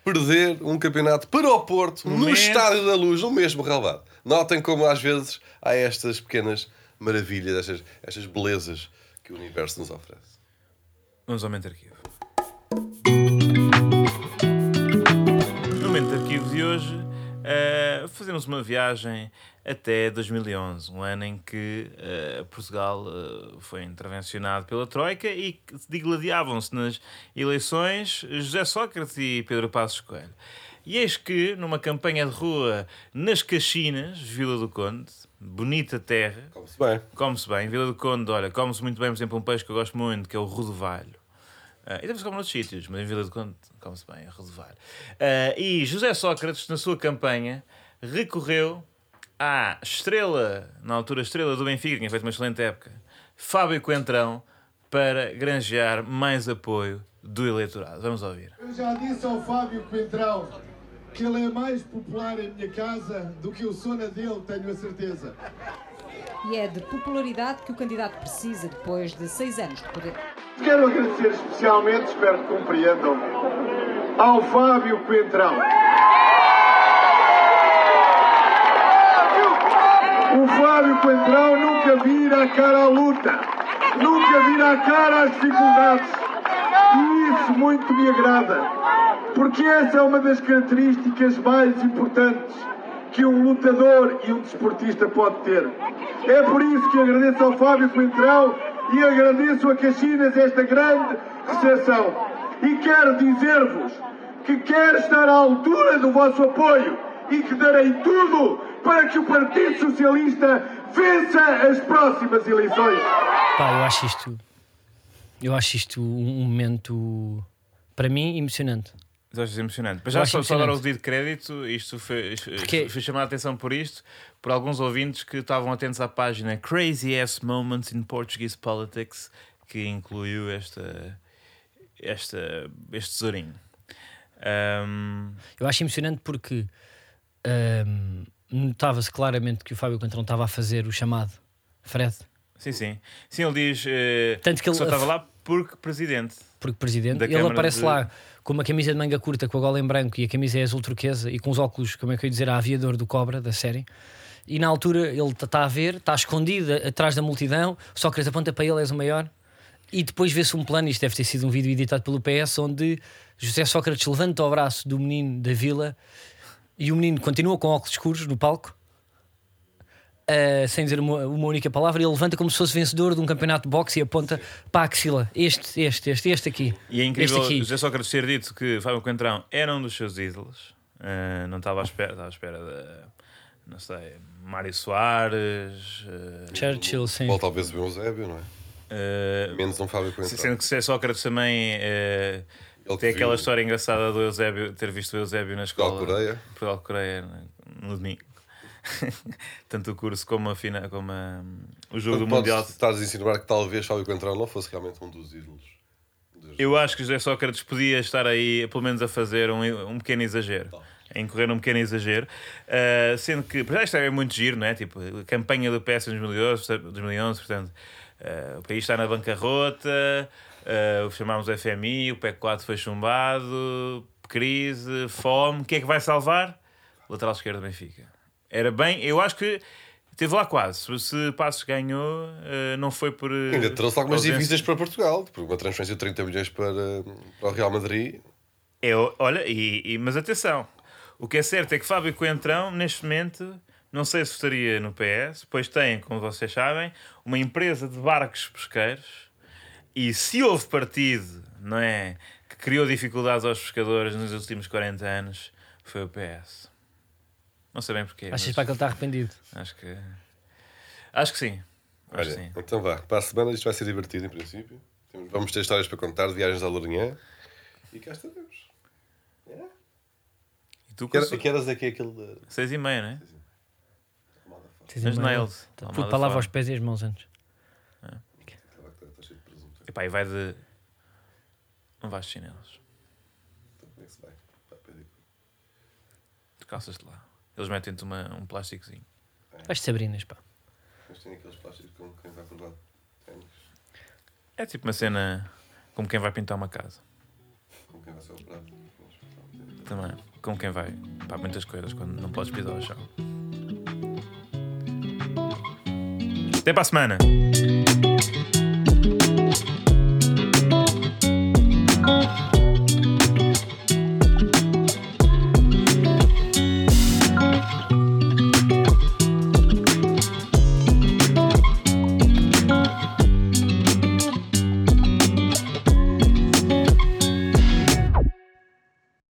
perder um campeonato para o Porto no Momento. Estádio da Luz, no mesmo relvado. Notem como às vezes há estas pequenas maravilhas, estas, estas belezas que o universo nos oferece. Vamos ao momento arquivo. No momento arquivo de hoje, eh, fazemos uma viagem até 2011, um ano em que eh, Portugal eh, foi intervencionado pela Troika e que digladiavam-se nas eleições José Sócrates e Pedro Passos Coelho. E eis que, numa campanha de rua nas Caxinas, Vila do Conde, bonita terra, Come-se bem. Come-se bem. Vila do Conde, olha, come-se muito bem, por exemplo, um peixe que eu gosto muito, que é o rodovalho. Ah, e deve-se comer noutros sítios, mas em Vila do Conde come-se bem, é rodovalho. Ah, e José Sócrates, na sua campanha, recorreu à estrela, na altura estrela do Benfica, que tinha feito uma excelente época, Fábio Coentrão, para granjear mais apoio do eleitorado. Vamos ouvir. Eu já disse ao Fábio Coentrão que ele é mais popular em minha casa do que eu sou na dele, tenho a certeza. E é de popularidade que o candidato precisa depois de seis anos de poder. Quero agradecer especialmente, espero que compreendam, ao Fábio Coentrão. O Fábio Coentrão nunca vira a cara à luta, nunca vira a cara às dificuldades. E isso muito me agrada, porque essa é uma das características mais importantes que um lutador e um desportista pode ter. É por isso que agradeço ao Fábio Coentrão e agradeço a Caxinas esta grande recepção. E quero dizer-vos que quero estar à altura do vosso apoio e que darei tudo para que o Partido Socialista vença as próximas eleições. Pá, eu acho isto. Eu acho isto um um momento, para mim, emocionante. Então, acho emocionante. Mas já acho só, só dar emocionante. o devido crédito, isto foi, isto- Porque- foi chamada a atenção por isto, por alguns ouvintes que estavam atentos à página Crazy Ass Moments in Portuguese Politics, que incluiu esta, esta, este tesourinho. Ahm, Eu acho emocionante porque ahm, notava-se claramente que o Fábio Contrão estava a fazer o chamado Fred, sim, sim. Sim, ele diz eh, Tanto que ele- só estava lá porque presidente. porque presidente. Da ele Câmara aparece de- lá com uma camisa de manga curta, com a gola em branco e a camisa é azul turquesa e com os óculos, como é que eu ia dizer, a aviador do Cobra da série. E na altura ele está a ver, está escondido a- atrás da multidão, só que aponta para ele, és o maior. E depois vê-se um plano, isto deve ter sido um vídeo editado pelo PS, onde José Sócrates levanta o braço do menino da vila e o menino continua com óculos escuros no palco, eh, sem dizer uma, uma única palavra, e ele levanta como se fosse vencedor de um campeonato de boxe e aponta para a axila. Este, este, este, este aqui. E é incrível Este aqui. José Sócrates ter dito que Fábio Coentrão era um dos seus ídolos. Ah, não estava à espera, estava à espera de, não sei, Mário Soares. ah, Churchill, sim. Ou talvez o Eusébio, não é? ah, Menos um Fábio Coentrão. Sendo que José Sócrates também eh, tem Ele que aquela viu. história engraçada do Eusébio, ter visto o Eusébio na escola. Coreia. Portugal Coreia, né, no domingo. Tanto o curso como, a fina, como a- o jogo do Portanto, Mundial. podes- Estás a insinuar que talvez Fábio Coentrão não fosse realmente um dos ídolos. Eu acho que José Sócrates podia estar aí, pelo menos, a fazer um, um pequeno exagero. A incorrer num pequeno exagero. Ah, sendo que, por isto é muito giro, não é? Tipo, a campanha do PS em 2011, portanto, 2011, portanto, ah, o país está na bancarrota, ah, chamámos o FMI, o PEC 4 foi chumbado, crise, fome. O que é que vai salvar? Lateral esquerdo do Benfica. Era bem, eu acho que. Teve lá quase. Se- Se Passos ganhou, ah, não foi por. ah, Ainda trouxe algumas ausência- divisas para Portugal, porque uma transferência de 30 milhões para, para o Real Madrid. É, o- olha, e, e- mas atenção, o que é certo é que Fábio Coentrão, neste momento, não sei se estaria no PS, pois tem, como vocês sabem, uma empresa de barcos pesqueiros e se houve partido, não é, que criou dificuldades aos pescadores nos últimos 40 anos, foi o PS. Não sei bem porquê, Achas mas para que ele está arrependido? acho que... Acho que sim. Acho Olha, que sim. então vá, para a semana isto vai ser divertido em princípio. Temos- Vamos ter histórias para contar, de viagens à Lourinhã. E cá estaremos. E tu, Que, com era, so- que horas é que é aquele. uh, seis e meia, não é? Tens Mas uma- nails. Puto, Almada para lavar fora. os pés e as mãos antes. Epá, e vai de... Não vais de chinelos. Como é que se vai? Vai para aí. Tu calças-te lá. Eles metem-te uma- um plásticozinho. Vais de Sabrinas, pá. Mas tem aqueles plásticos com quem vai por lado. Tem, É tipo uma cena como quem vai pintar uma casa. Com quem vai ser operado. Também. Como quem vai. Pá, muitas coisas quando não podes pisar o chão. Até para a semana!